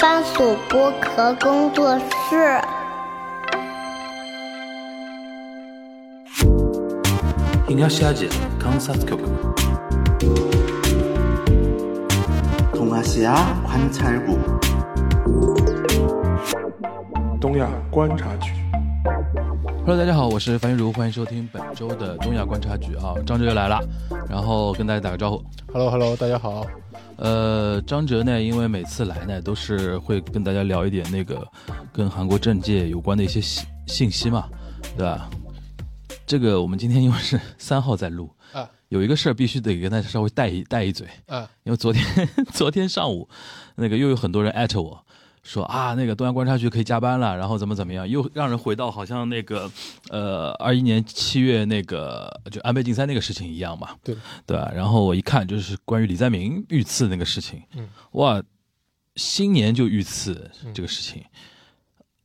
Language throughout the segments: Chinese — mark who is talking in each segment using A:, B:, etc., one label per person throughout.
A: 番薯剥壳工作室。
B: 東アジア観察局
C: 동아시아 관찰국
D: 东亚观察局。
E: Hello，大家好，我是樊玉茹，欢迎收听本周的东亚观察局啊，张哲又来了，然后跟大家打个招呼。
F: Hello Hello，大家好。
E: 呃，张哲呢，因为每次来呢，都是会跟大家聊一点那个跟韩国政界有关的一些信信息嘛，对吧？这个我们今天因为是三号在录
F: 啊，
E: 有一个事儿必须得跟大家稍微带一带一嘴，
F: 啊，
E: 因为昨天 昨天上午，那个又有很多人艾特我说啊，那个东亚观察局可以加班了，然后怎么怎么样，又让人回到好像那个呃二一年七月那个就安倍晋三那个事情一样嘛，
F: 对
E: 对吧？然后我一看就是关于李在明遇刺那个事情，
F: 嗯
E: 哇，新年就遇刺这个事情，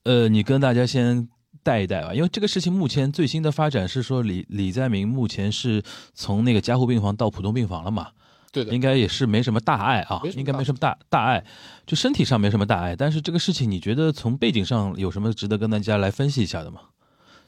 E: 呃，你跟大家先。带一带吧，因为这个事情目前最新的发展是说李李在明目前是从那个加护病房到普通病房了嘛，
F: 对的
E: 应，该也是没什么大碍啊
F: 没什，么
E: 应该
F: 大
E: 没什么大大碍，就身体上没什么大碍。但是这个事情，你觉得从背景上有什么值得跟大家来分析一下的吗？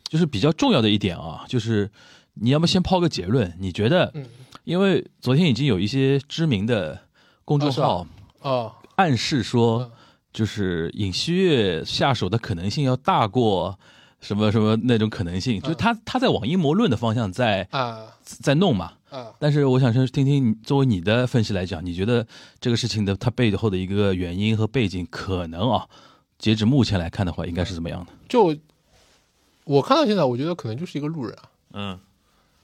E: 就是比较重要的一点啊，就是你要么先抛个结论，你觉得
F: 嗯，
E: 因为昨天已经有一些知名的公众
F: 啊是
E: 号
F: 吧哦，
E: 暗示说
F: 嗯，
E: 就是尹锡悦下手的可能性要大过什么什么那种可能性，
F: 嗯
E: 就是他他在往阴谋论的方向在
F: 啊
E: 在弄嘛。
F: 啊，
E: 但是我想是听听你作为你的分析来讲，你觉得这个事情的它背后的一个原因和背景，可能啊，截止目前来看的话，应该是怎么样的？
F: 就我看到现在，我觉得可能就是一个路人啊，
E: 嗯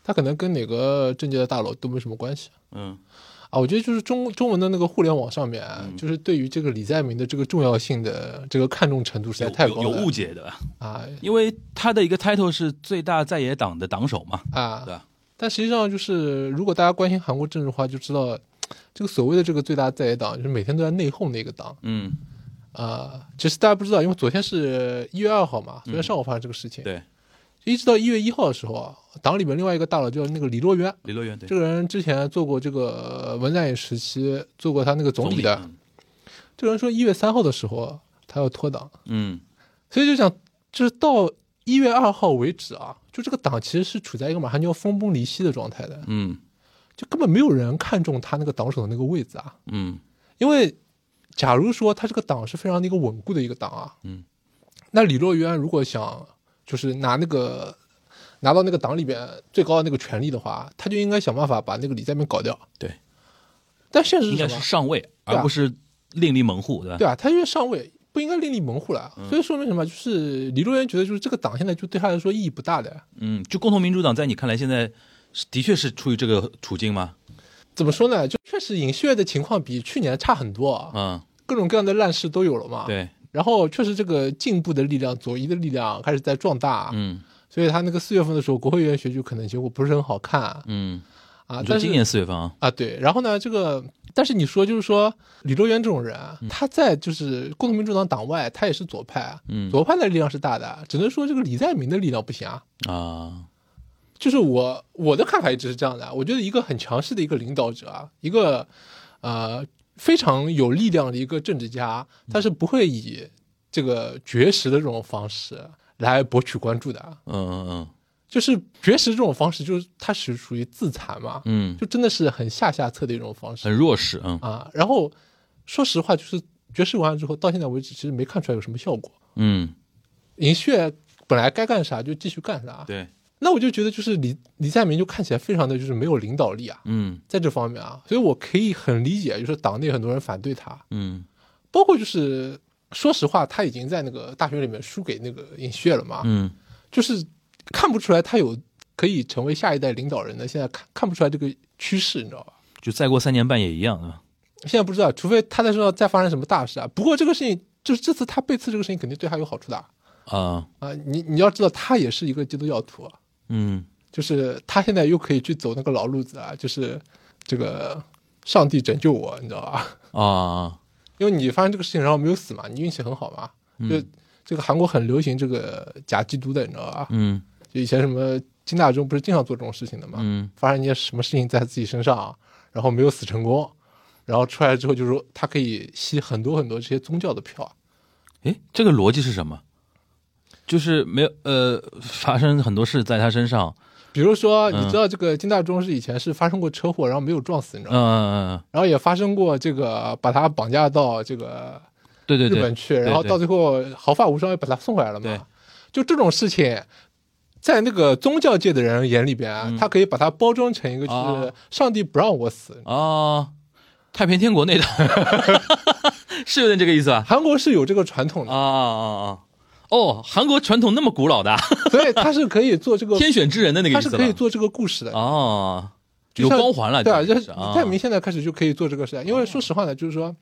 F: 他可能跟哪个政界的大佬都没什么关系
E: 嗯
F: 啊。我觉得就是中中文的那个互联网上面啊，就是对于这个李在明的这个重要性的这个看重程度实在太高
E: 有
F: 了
E: 误解的，
F: 啊
E: 因为他的一个 title 是最大在野党的党首嘛，
F: 啊
E: 对吧！
F: 但实际上就是，如果大家关心韩国政治的话，就知道这个所谓的这个最大在野党，就是每天都在内讧的一个党
E: 嗯，
F: 啊。其实大家不知道，因为昨天是一月二号嘛，昨天上午发生这个事情。
E: 对，
F: 一直到一月一号的时候啊，党里面另外一个大佬叫那个李洛渊，
E: 李洛渊对
F: 这个人之前做过这个呃文在寅时期做过他那个总理的，嗯这个人说一月三号的时候啊他要脱党，
E: 嗯
F: 所以就想就是到一月二号为止啊，就这个党其实是处在一个马上就要分崩离析的状态的，
E: 嗯
F: 就根本没有人看中他那个党首的那个位置啊，
E: 嗯
F: 因为假如说他这个党是非常的一个稳固的一个党啊，
E: 嗯，
F: 那李洛渊如果想就是拿那个拿到那个党里边最高的那个权力的话，他就应该想办法把那个李在明搞掉。
E: 对，
F: 但现实
E: 应
F: 是
E: 该
F: 什
E: 是
F: 么？
E: 上位，
F: 对啊
E: 而不是另立门户，对吧？
F: 对啊，他因为上位不应该另立门户了，啊
E: 嗯
F: 所以说明什么？就是李洛渊觉得就是这个党现在就对他来说意义不大的。
E: 嗯，就共同民主党在你看来现在是的确是处于这个处境吗？
F: 怎么说呢？就确实尹锡悦的情况比去年差很多啊，
E: 嗯，
F: 各种各样的烂事都有了嘛。。
E: 对，
F: 然后确实这个进步的力量、左翼的力量开始在壮大，啊
E: 嗯
F: 所以他那个四月份的时候，国会议员选举可能结果不是很好看啊。
E: 嗯，你说
F: 但是
E: 今年四月份啊，
F: 啊，对，然后呢，这个但是你说就是说李洛渊这种人啊，
E: 嗯
F: 他在就是共同民主党党外，他也是左派啊，
E: 嗯
F: 左派的力量是大的，啊只能说这个李在明的力量不行啊。
E: 啊，
F: 就是我我的看法一直是这样的啊，我觉得一个很强势的一个领导者啊，一个呃非常有力量的一个政治家，
E: 嗯
F: 他是不会以这个绝食的这种方式来博取关注的啊。
E: 嗯嗯
F: 就是绝食这种方式，就是它是属于自残嘛，
E: 嗯，嗯，
F: 就真的是很下下策的一种方式
E: 很弱势，嗯
F: 啊。然后说实话，就是绝食完了之后，到现在为止其实没看出来有什么效果。
E: 嗯，
F: 尹血本来该干啥就继续干啥，
E: 对，
F: 那我就觉得就是李李在明就看起来非常的就是没有领导力啊，
E: 嗯
F: 在这方面啊，所以我可以很理解，就是党内很多人反对他，
E: 嗯
F: 包括就是说实话，他已经在那个大学里面输给那个尹血了嘛，
E: 嗯
F: 就是看不出来他有可以成为下一代领导人的，现在看看不出来这个趋势，你知道吧？
E: 就再过三年半也一样啊，
F: 现在不知道，除非他在身上再发生什么大事啊。不过这个事情，就是这次他被刺这个事情，肯定对他有好处的啊、
E: 啊，
F: 你你要知道，他也是一个基督教徒啊，
E: 嗯
F: 就是他现在又可以去走那个老路子啊，就是这个上帝拯救我，你知道吧？
E: 啊，
F: 因为你发生这个事情，然后没有死嘛，你运气很好嘛。就这个韩国很流行这个假基督的，你知道吧？
E: 嗯
F: 就以前什么金大中不是经常做这种事情的嘛，
E: 嗯
F: 啊发生一件什么事情在自己身上，然后没有死成功，然后出来之后就是说他可以吸很多很多这些宗教的票啊。
E: 诶，这个逻辑是什么？就是没有呃，发生很多事在他身上，
F: 比如说，
E: 嗯
F: 你知道这个金大中是以前是发生过车祸，然后没有撞死，你知
E: 嗯、
F: 道吗？
E: 嗯
F: 然后也发生过这个把他绑架到这个
E: 嗯对对
F: 日
E: 对，
F: 本去，然后
E: 对
F: 到最后毫发无伤，又把他送回来了
E: 对
F: 嘛。就这种事情，在那个宗教界的人眼里边啊，他可以把它包装成一个就
E: 嗯啊
F: 是上帝不让我死。
E: 啊、太平天国那段 是有点这个意思吧？
F: 韩国是有这个传统
E: 啊
F: 的，
E: 啊啊！哦，韩国传统那么古老的啊，
F: 所以他是可以做这个，
E: 天选之人的那个
F: 他
E: 意
F: 是
E: 思
F: 可以
E: 吧？
F: 做这个故事的。
E: 哦，
F: 就
E: 有
F: 像
E: 光环了，
F: 对啊，
E: 这
F: 就
E: 个
F: 是
E: 啊
F: 泰民现在开始就可以做这个事，因为说实话呢，就是说，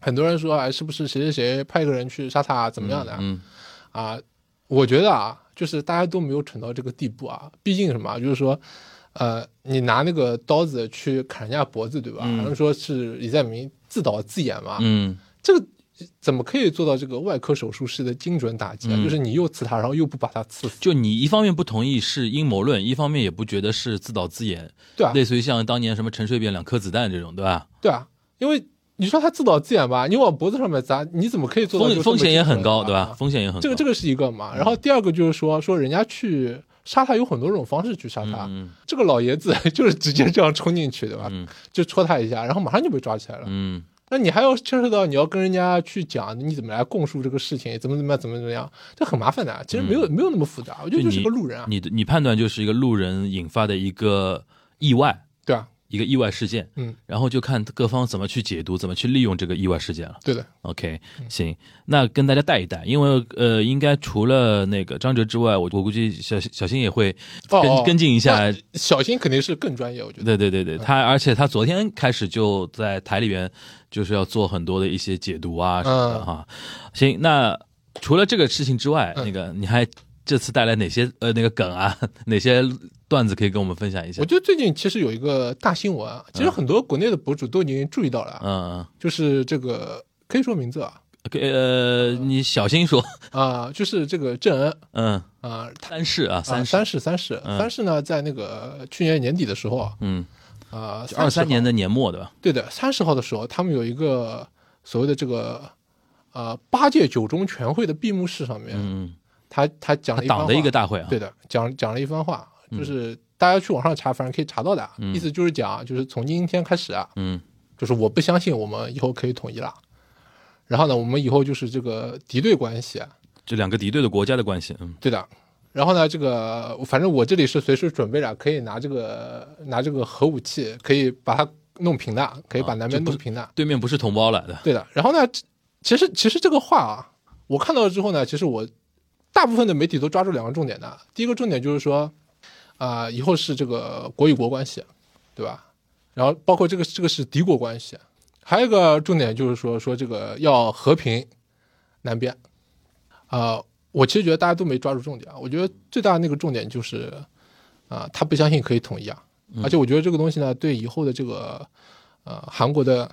F: 很多人说哎，是不是谁谁谁派一个人去杀他啊怎么样的啊
E: 嗯
F: 啊？我觉得啊，就是大家都没有蠢到这个地步啊。毕竟什么啊，就是说，呃，你拿那个刀子去砍人家脖子，对吧？
E: 嗯
F: 他们说是李在明自导自演嘛，
E: 嗯
F: 这个。怎么可以做到这个外科手术式的精准打击啊？
E: 嗯
F: 就是你又刺他，然后又不把他刺死，
E: 就你一方面不同意是阴谋论，一方面也不觉得是自导自演，
F: 对啊，
E: 类似于像当年什么陈水扁两颗子弹这种，对吧？
F: 对啊，因为你说他自导自演吧，你往脖子上面砸，你怎么可以做到这
E: 风
F: 个
E: 风
F: 这么
E: 险也很
F: 精准
E: 高，
F: 啊
E: 对吧？？风险也很高。嗯
F: 这个这
E: 个，
F: 个是一个嘛，然后第二个就是说说人家去杀他有很多种方式去杀他，
E: 嗯
F: 这个老爷子 就是直接这样冲进去，对吧？
E: 嗯
F: 就戳他一下，然后马上就被抓起来了。
E: 嗯
F: 那你还要牵涉到你要跟人家去讲你怎么来供述这个事情，怎么怎么样，怎么怎么样，这很麻烦的啊。其实没有、没有那么复杂，我觉得
E: 嗯就
F: 就是
E: 你
F: 个路人啊，
E: 你的你判断就是一个路人引发的一个意外，
F: 对啊，
E: 一个意外事件，
F: 嗯，
E: 然后就看各方怎么去解读，怎么去利用这个意外事件了。
F: 对的，嗯
E: OK，行，那跟大家带一带，因为呃，应该除了那个张哲之外，我我估计小小新也会跟、
F: 哦哦
E: 跟进一下。
F: 那小新肯定是更专业，我觉得。嗯
E: 对对对对，他而且他昨天开始就在台里边，就是要做很多的一些解读
F: 嗯
E: 啊什么的哈。行，那除了这个事情之外，
F: 嗯
E: 那个你还这次带来哪些呃那个梗啊， 哪些段子可以跟我们分享一下
F: 我？觉得最近其实有一个大新闻啊，其实很多国内的博主都已经注意到了啊，
E: 嗯，
F: 就是这个可以说名字啊
E: 给呃，你小心说，
F: 啊、就是这个郑恩
E: 嗯，
F: 啊、他
E: 三世啊，
F: 啊
E: 三世，
F: 三世三世
E: 嗯
F: 三世呢，在那个去年年底的时候啊，
E: 嗯，
F: 啊
E: 二三年
F: 的
E: 的年末对吧？
F: 对的三十号的时候，他们有一个所谓的这个呃八届九中全会的闭幕式上面，
E: 嗯，
F: 他他讲
E: 他
F: 了一番
E: 党的一
F: 话
E: 个嗯大会啊，
F: 对的讲讲了一番话，就是大家去网上查，反正可以查到的啊，意思就是讲就是从今天开始啊，
E: 嗯
F: 就是我不相信我们以后可以统一了。然后呢，我们以后就是这个敌对关系啊，
E: 这两个敌对的国家的关系，嗯
F: 对的。然后呢，这个反正我这里是随时准备了，可以拿这个拿这个核武器，可以把它弄平的，可以把南边弄平的，
E: 对面啊不是同胞了的，
F: 对的。然后呢，这其实其实这个话啊，我看到了之后呢，其实我大部分的媒体都抓住两个重点的。第一个重点就是说，啊、以后是这个国与国关系，对吧？然后包括这个这个是敌国关系，还有一个重点就是说说这个要和平南边。啊、我其实觉得大家都没抓住重点啊。我觉得最大的那个重点就是，啊、他不相信可以统一啊。而且我觉得这个东西呢，对以后的这个呃韩国的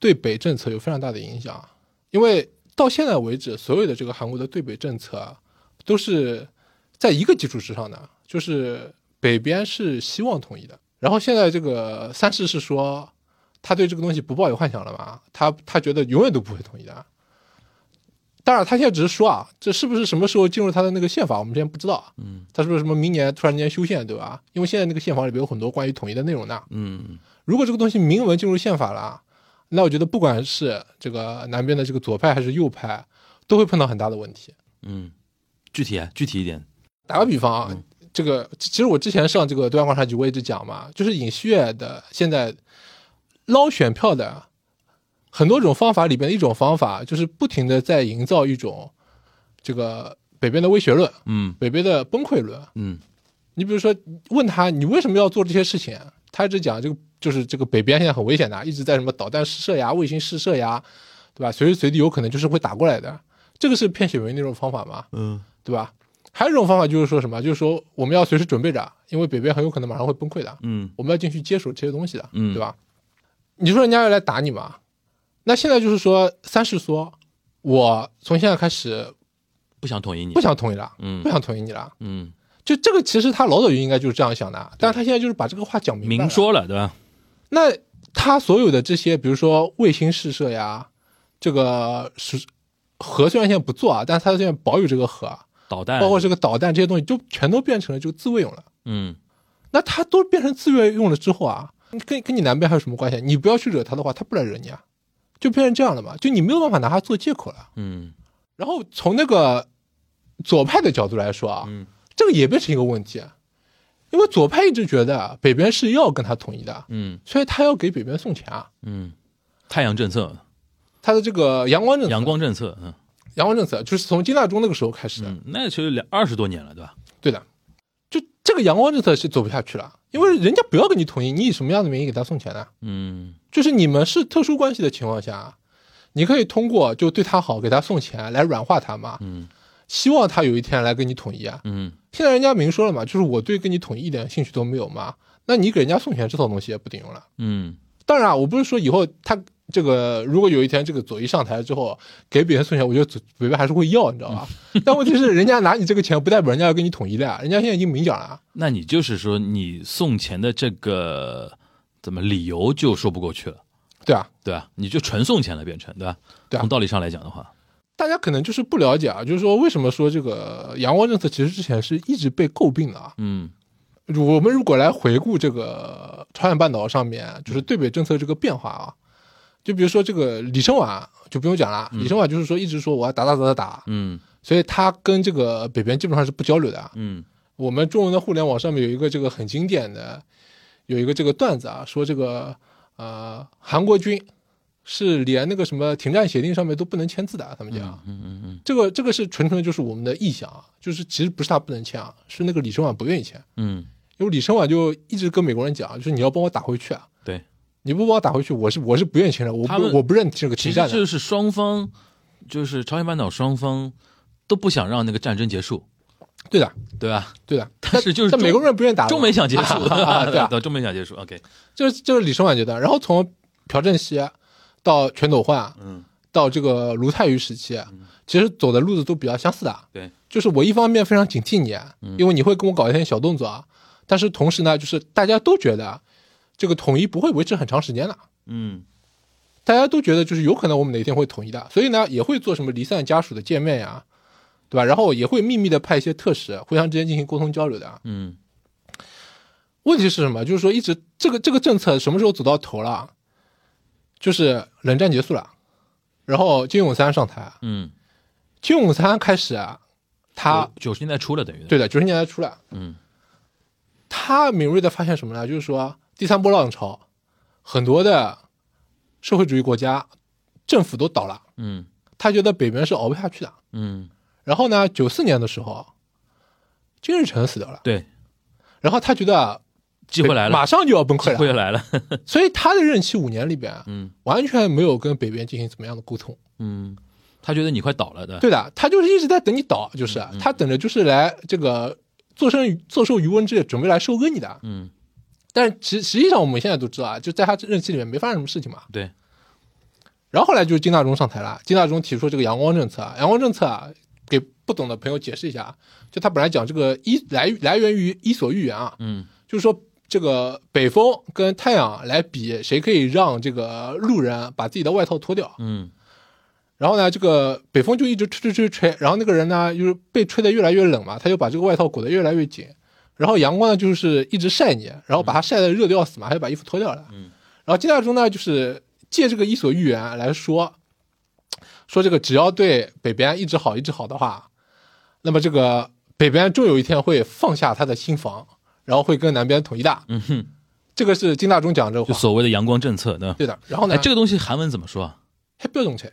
F: 对北政策有非常大的影响啊，因为到现在为止，所有的这个韩国的对北政策啊，都是在一个基础之上的，就是北边是希望统一的，然后现在这个三世是说他对这个东西不抱有幻想了嘛，他他觉得永远都不会统一的。当然，他现在只是说啊，这是不是什么时候进入他的那个宪法，我们现在不知道啊。嗯，他是不是什么明年突然间修宪，对吧？因为现在那个宪法里边有很多关于统一的内容呢。
E: 嗯
F: 如果这个东西明文进入宪法了，啊那我觉得不管是这个南边的这个左派还是右派，都会碰到很大的问题。
E: 嗯，具体啊具体一点，
F: 打个比方啊，这个其其实我之前上这个对外观察局我一直讲嘛，就是尹锡悦的现在捞选票的很多种方法里边的一种方法，就是不停的在营造一种这个北边的威胁论、
E: 嗯
F: 北边的崩溃论。
E: 嗯
F: 你比如说，问他你为什么要做这些事情，啊他一直讲这个就是这个北边现在很危险的，啊一直在什么导弹试射呀、卫星试射呀，对吧？随时随地有可能就是会打过来的，这个是骗选民那种方法嘛，
E: 嗯
F: 对吧？还有一种方法就是说什么，就是说我们要随时准备着，因为北边很有可能马上会崩溃的，
E: 嗯
F: 我们要进去接手这些东西的，
E: 嗯
F: 对吧？你说人家要来打你嘛？那现在就是说，三世说，我从现在开始
E: 不想统一你
F: 不，想同意了，
E: 嗯
F: 不想同意你了，
E: 嗯，
F: 就这啊个，其实他老早就应该就是这样想的，但是他现在就是把这个话讲明白了
E: 明，说了对吧？
F: 那他所有的这些，比如说卫星试射呀，这个是核虽然现在不做啊，但是他现在保有这个核啊，
E: 导弹，
F: 包括这个导弹这些东西，就全都变成了就自卫用了。
E: 嗯
F: 那他都变成自愿用了之后啊，跟跟你南边还有什么关系？啊你不要去惹他的话，他不来惹你啊，就变成这样了嘛，就你没有办法拿他做借口了。
E: 嗯
F: 然后从那个左派的角度来说啊，
E: 嗯
F: 这个也变成一个问题，啊，因为左派一直觉得啊北边是要跟他统一的，
E: 嗯
F: 所以他要给北边送钱啊。
E: 嗯，太阳政策，
F: 他的这个阳光政策，
E: 阳光政策，嗯
F: 阳光政策就是从金大中那个时候开始的，
E: 嗯，那其实两二十多年了，对吧？
F: 对的，就这个阳光政策是走不下去了，因为人家不要跟你统一，你以什么样的名义给他送钱呢、啊
E: 嗯
F: 就是你们是特殊关系的情况下，你可以通过就对他好，给他送钱来软化他嘛，
E: 嗯
F: 希望他有一天来跟你统一啊。
E: 嗯
F: 现在人家明说了嘛，就是我对跟你统一一点兴趣都没有嘛，那你给人家送钱这套东西也不顶用了。
E: 嗯
F: 当然啊，我不是说以后他这个如果有一天这个左翼上台之后给别人送钱，我觉得左北边还是会要，你知道吧？但问题是，人家拿你这个钱不代表人家要跟你统一的呀，人家现在已经明讲了啊。
E: 那你就是说你送钱的这个怎么理由就说不过去了，
F: 对啊，
E: 对吧？你就纯送钱了，变成对吧？
F: 对啊
E: 从道理上来讲的话，
F: 大家可能就是不了解啊，就是说为什么说这个阳光政策其实之前是一直被诟病的啊，
E: 嗯
F: 我们如果来回顾这个朝鲜半岛上面就是
E: 嗯
F: 对北政策这个变化啊，就比如说这个李承晚就不用讲了，李承晚就是说一直说我要打打打打打，
E: 嗯
F: 所以他跟这个北边基本上是不交流的。啊。
E: 嗯
F: 我们中文的互联网上面有一个这个很经典的，有一个这个段子啊，说这个呃韩国军是连那个什么停战协定上面都不能签字的啊，他们讲。
E: 嗯嗯嗯
F: 这个这个是纯纯的就是我们的臆想啊，就是其实不是他不能签啊，是那个李承晚不愿意签。
E: 嗯，
F: 因为李承晚就一直跟美国人讲，就是你要帮我打回去啊，
E: 对，
F: 你不帮我打回去，我是我是不愿意签的，我
E: 他
F: 不
E: 们
F: 我不认这个
E: 其
F: 停
E: 实
F: 战
E: 就
F: 的。
E: 是双方，就是朝鲜半岛双方都不想让那个战争结束，
F: 对的，
E: 对吧？
F: 对的。
E: 但是就是
F: 但美国
E: 人
F: 人不愿意打了，
E: 中美想结束，
F: 啊对啊
E: 中美想结束，OK，
F: 这这是李承晚觉得。然后从朴正熙到全斗焕，
E: 嗯，
F: 到这个卢泰愚时期，其实走的路子都比较相似的。
E: 对，嗯
F: 就是我一方面非常警惕你，因为你会跟我搞一些小动作啊，但是同时呢，就是大家都觉得这个统一不会维持很长时间的。
E: 嗯
F: 大家都觉得就是有可能我们哪天会统一的，所以呢也会做什么离散家属的见面呀，对吧？然后也会秘密的派一些特使互相之间进行沟通交流的。
E: 嗯
F: 问题是什么？就是说一直这个这个政策什么时候走到头了？就是冷战结束了，然后金泳三上台，啊
E: 嗯，
F: 金泳三开始啊，他
E: 九十年代初了，等于
F: 对的九十年代初了，
E: 嗯，
F: 他敏锐的发现什么呢？就是说第三波浪潮，很多的社会主义国家政府都倒了，
E: 嗯
F: 他觉得北边是熬不下去的。
E: 嗯，
F: 然后呢，九四年的时候，金日成死掉了，
E: 对，
F: 然后他觉得
E: 机会来了，
F: 马上就要崩溃
E: 机会又
F: 了，
E: 来了，
F: 所以他的任期五年里边，
E: 嗯
F: 完全没有跟北边进行怎么样的沟通。
E: 嗯，他觉得你快倒了的，
F: 对的，他就是一直在等你倒，就是
E: 嗯
F: 他等着就是来这个坐生坐收渔翁之利，准备来收割你的。
E: 嗯
F: 但是实实际上我们现在都知道啊，就在他任期里面没发生什么事情嘛。
E: 对，
F: 然后后来就是金大中上台了，金大中提出这个阳光政策啊，阳光政策啊，给不懂的朋友解释一下啊，就他本来讲这个伊来来源于伊索寓言啊，
E: 嗯
F: 就是说这个北风跟太阳来比，谁可以让这个路人把自己的外套脱掉。
E: 嗯
F: 然后呢，这个北风就一直吹吹吹吹，然后那个人呢，就是被吹得越来越冷嘛，他就把这个外套裹得越来越紧。然后阳光呢，就是一直晒你，然后把他晒得热的要死嘛，他就把衣服脱掉了。
E: 嗯。
F: 然后金大中呢，就是借这个伊索寓言来说，说这个只要对北边一直好，一直好的话，那么这个北边终有一天会放下他的心防，然后会跟南边统一的。
E: 嗯哼，
F: 这个是金大中讲这个
E: 就
F: 话，
E: 所谓的阳光政策，对吧？
F: 对的。然后呢，
E: 哎，这个东西韩文怎么说啊
F: 还不要总裁，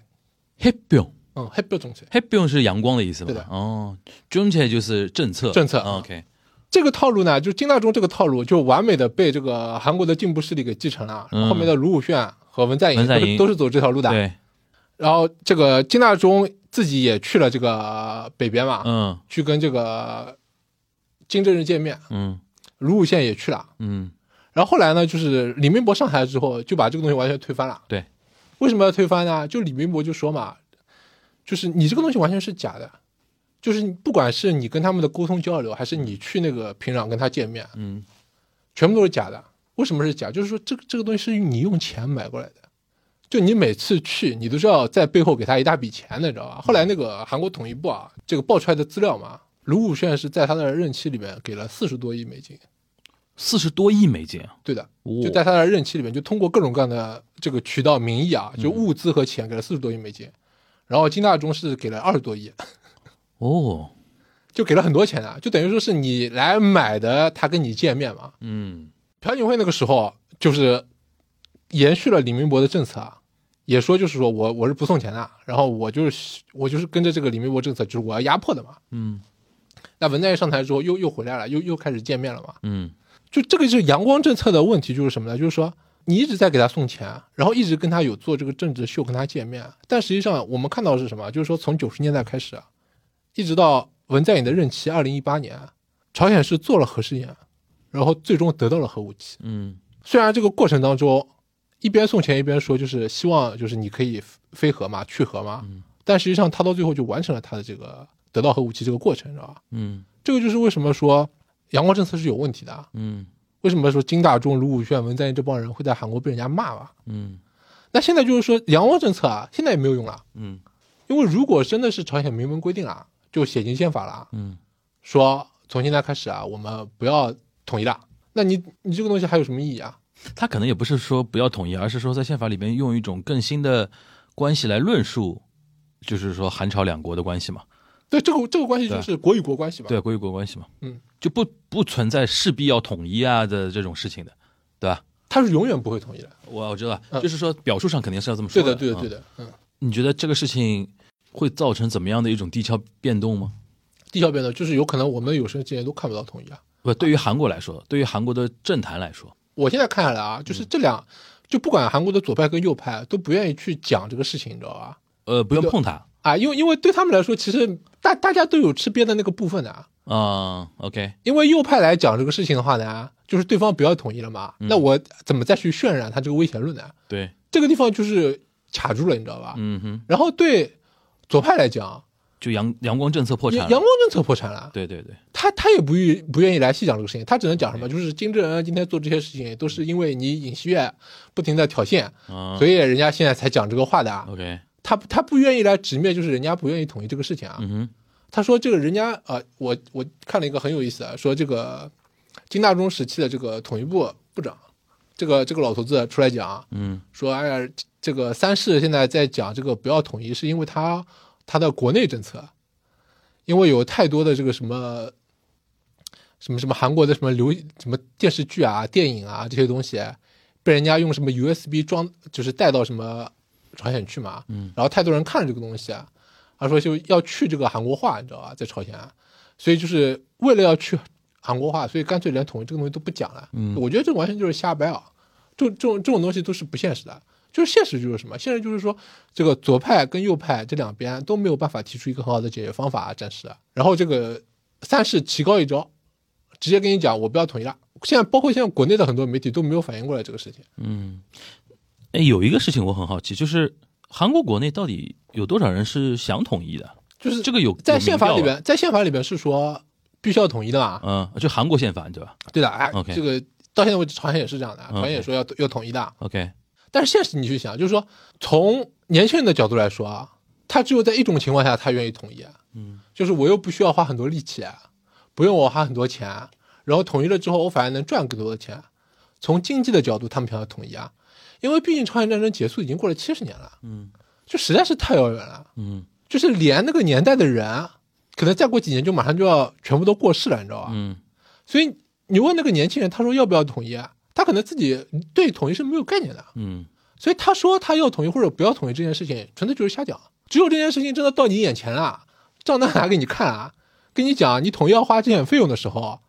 E: h e b y o n
F: 嗯，还不要总裁。
E: h e b y o n 是阳光的意思
F: 对
E: 吗
F: 的？
E: 哦 j u n j 就是政策，
F: 政策
E: 啊 OK，
F: 这个套路呢，就金大中这个套路就完美的被这个韩国的进步势力给继承了。啊
E: 嗯
F: 后面的卢武铉和文在寅
E: 文在
F: 都
E: 寅
F: 是都是走这条路的。啊
E: 对，
F: 然后这个金大中自己也去了这个北边嘛，
E: 嗯
F: 去跟这个金正日见面，
E: 嗯
F: 卢武铉也去了。
E: 嗯
F: 然后后来呢，就是李明博上台之后，就把这个东西完全推翻了。
E: 对，
F: 为什么要推翻呢？就李明博就说嘛，就是你这个东西完全是假的，就是你不管是你跟他们的沟通交流，还是你去那个平壤跟他见面，
E: 嗯
F: 全部都是假的。为什么是假？就是说这个这个东西是你用钱买过来的，就你每次去，你都是要在背后给他一大笔钱的，你知道吧？后来那个韩国统一部啊，这个爆出来的资料嘛，卢武铉是在他的任期里面给了四十多亿美金，
E: 四十多亿美金，
F: 对的，
E: 哦
F: 就在他的任期里面，就通过各种各样的这个渠道名义啊，就物资和钱给了四十多亿美金，然后金大中是给了二十多亿，
E: 哦，
F: 就给了很多钱啊，就等于说是你来买的，他跟你见面嘛。
E: 嗯，
F: 朴槿惠那个时候就是延续了李明博的政策啊，也说就是说我我是不送钱的，然后我就是我就是跟着这个李明博政策，就是我要压迫的嘛。
E: 嗯
F: 那文在寅上台之后又又回来了，又又开始见面了嘛。
E: 嗯
F: 就这个是阳光政策的问题，就是什么呢？就是说你一直在给他送钱，然后一直跟他有做这个政治秀，跟他见面。但实际上我们看到的是什么？就是说从九十年代开始，啊一直到文在寅的任期二零一八年，朝鲜是做了核试验，然后最终得到了核武器。
E: 嗯
F: 虽然这个过程当中一边送钱一边说，就是希望就是你可以非核嘛，去核嘛，但实际上他到最后就完成了他的这个得到核武器这个过程，知道吧？
E: 嗯
F: 这个就是为什么说阳光政策是有问题的啊。
E: 嗯
F: 为什么说金大中、卢武铉、文在寅这帮人会在韩国被人家骂嘛？
E: 嗯
F: 那现在就是说阳光政策啊，现在也没有用了，
E: 嗯
F: 因为如果真的是朝鲜明文规定了，就写进宪法了，啊
E: 嗯，
F: 说从现在开始啊，我们不要统一了，那你你这个东西还有什么意义啊？
E: 他可能也不是说不要统一，而是说在宪法里面用一种更新的关系来论述，就是说韩朝两国的关系嘛，
F: 对，这个这个关系就是国与国关系吧？
E: 对，国与国关系嘛，
F: 嗯，
E: 就不不存在势必要统一啊的这种事情的，对吧？
F: 它是永远不会统一的。
E: 我我知道，
F: 嗯
E: 就是说表述上肯定是要这么说
F: 对的，对的，
E: 嗯
F: 对的，嗯，
E: 你觉得这个事情会造成怎么样的一种地壳变动吗？
F: 地壳变动就是有可能我们有生之年都看不到统一啊。
E: 不，对于韩国来说，对于韩国的政坛来说，
F: 我现在看下来啊，
E: 嗯
F: 就是这两，就不管韩国的左派跟右派啊都不愿意去讲这个事情，你知道吧？
E: 呃，不用碰它
F: 啊，因为因为对他们来说，其实大大家都有吃瘪的那个部分的、啊。
E: 啊、OK，
F: 因为右派来讲这个事情的话呢，就是对方不要统一了嘛，
E: 嗯
F: 那我怎么再去渲染他这个威胁论呢？
E: 对，
F: 这个地方就是卡住了，你知道吧？
E: 嗯哼，
F: 然后对左派来讲，
E: 就阳阳光政策破产
F: 阳
E: 了
F: 光。政策破产了，
E: 对对对，
F: 他他也不愿不愿意来细讲这个事情，他只能讲什么，就是金正恩今天做这些事情都是因为你尹锡悦不停的挑衅，
E: 啊、
F: 所以人家现在才讲这个话的啊。
E: OK，
F: 他他不愿意来直面，就是人家不愿意统一这个事情啊。
E: 嗯哼，
F: 他说这个人家啊、呃我我看了一个很有意思啊，说这个金大中时期的这个统一部部长，这个这个老头子出来讲，
E: 嗯，
F: 说哎呀，这个三世现在在讲这个不要统一，是因为他他的国内政策，因为有太多的这个什么。什么什么韩国的什么流什么电视剧啊、电影啊这些东西，被人家用什么 USB 装，就是带到什么朝鲜去嘛，嗯，然后太多人看了这个东西，啊他说就要去这个韩国化，你知道吧，在朝鲜啊，所以就是为了要去韩国化，所以干脆连统一这个东西都不讲了。嗯，我觉得这完全就是瞎掰啊，这这种这种东西都是不现实的。就是现实就是什么？现实就是说，这个左派跟右派这两边都没有办法提出一个很好的解决方法，啊暂时。然后这个三是棋高一招，直接跟你讲，我不要统一了。现在包括现在国内的很多媒体都没有反应过来这个事情。
E: 哎，有一个事情我很好奇，就是韩国国内到底有多少人是想统一的？
F: 就是
E: 这个有
F: 在宪法里，
E: 有民调
F: 边，在宪法里边是说必须要统一的啊嘛？
E: 吧嗯，就韩国宪法，对吧
F: 对的，哎
E: OK
F: 这个到现在为止朝鲜也是这样的，朝鲜也说要要统一的。
E: ？OK，
F: 但是现实你去想，就是说从年轻人的角度来说啊，他只有在一种情况下他愿意统一，嗯，就是我又不需要花很多力气，不用我花很多钱，然后统一了之后我反而能赚更多的钱。从经济的角度，他们想要统一啊，因为毕竟朝鲜战争结束已经过了七十年了，嗯，就实在是太遥远了，
E: 嗯
F: 就是连那个年代的人，啊可能再过几年就马上就要全部都过世了，你知道吧？
E: 嗯
F: 所以你问那个年轻人，他说要不要统一啊？他可能自己对统一是没有概念的，
E: 嗯
F: 所以他说他要统一或者不要统一这件事情，纯粹就是瞎讲。只有这件事情真的到你眼前了，账单拿给你看啊，跟你讲你统一要花这点费用的时候，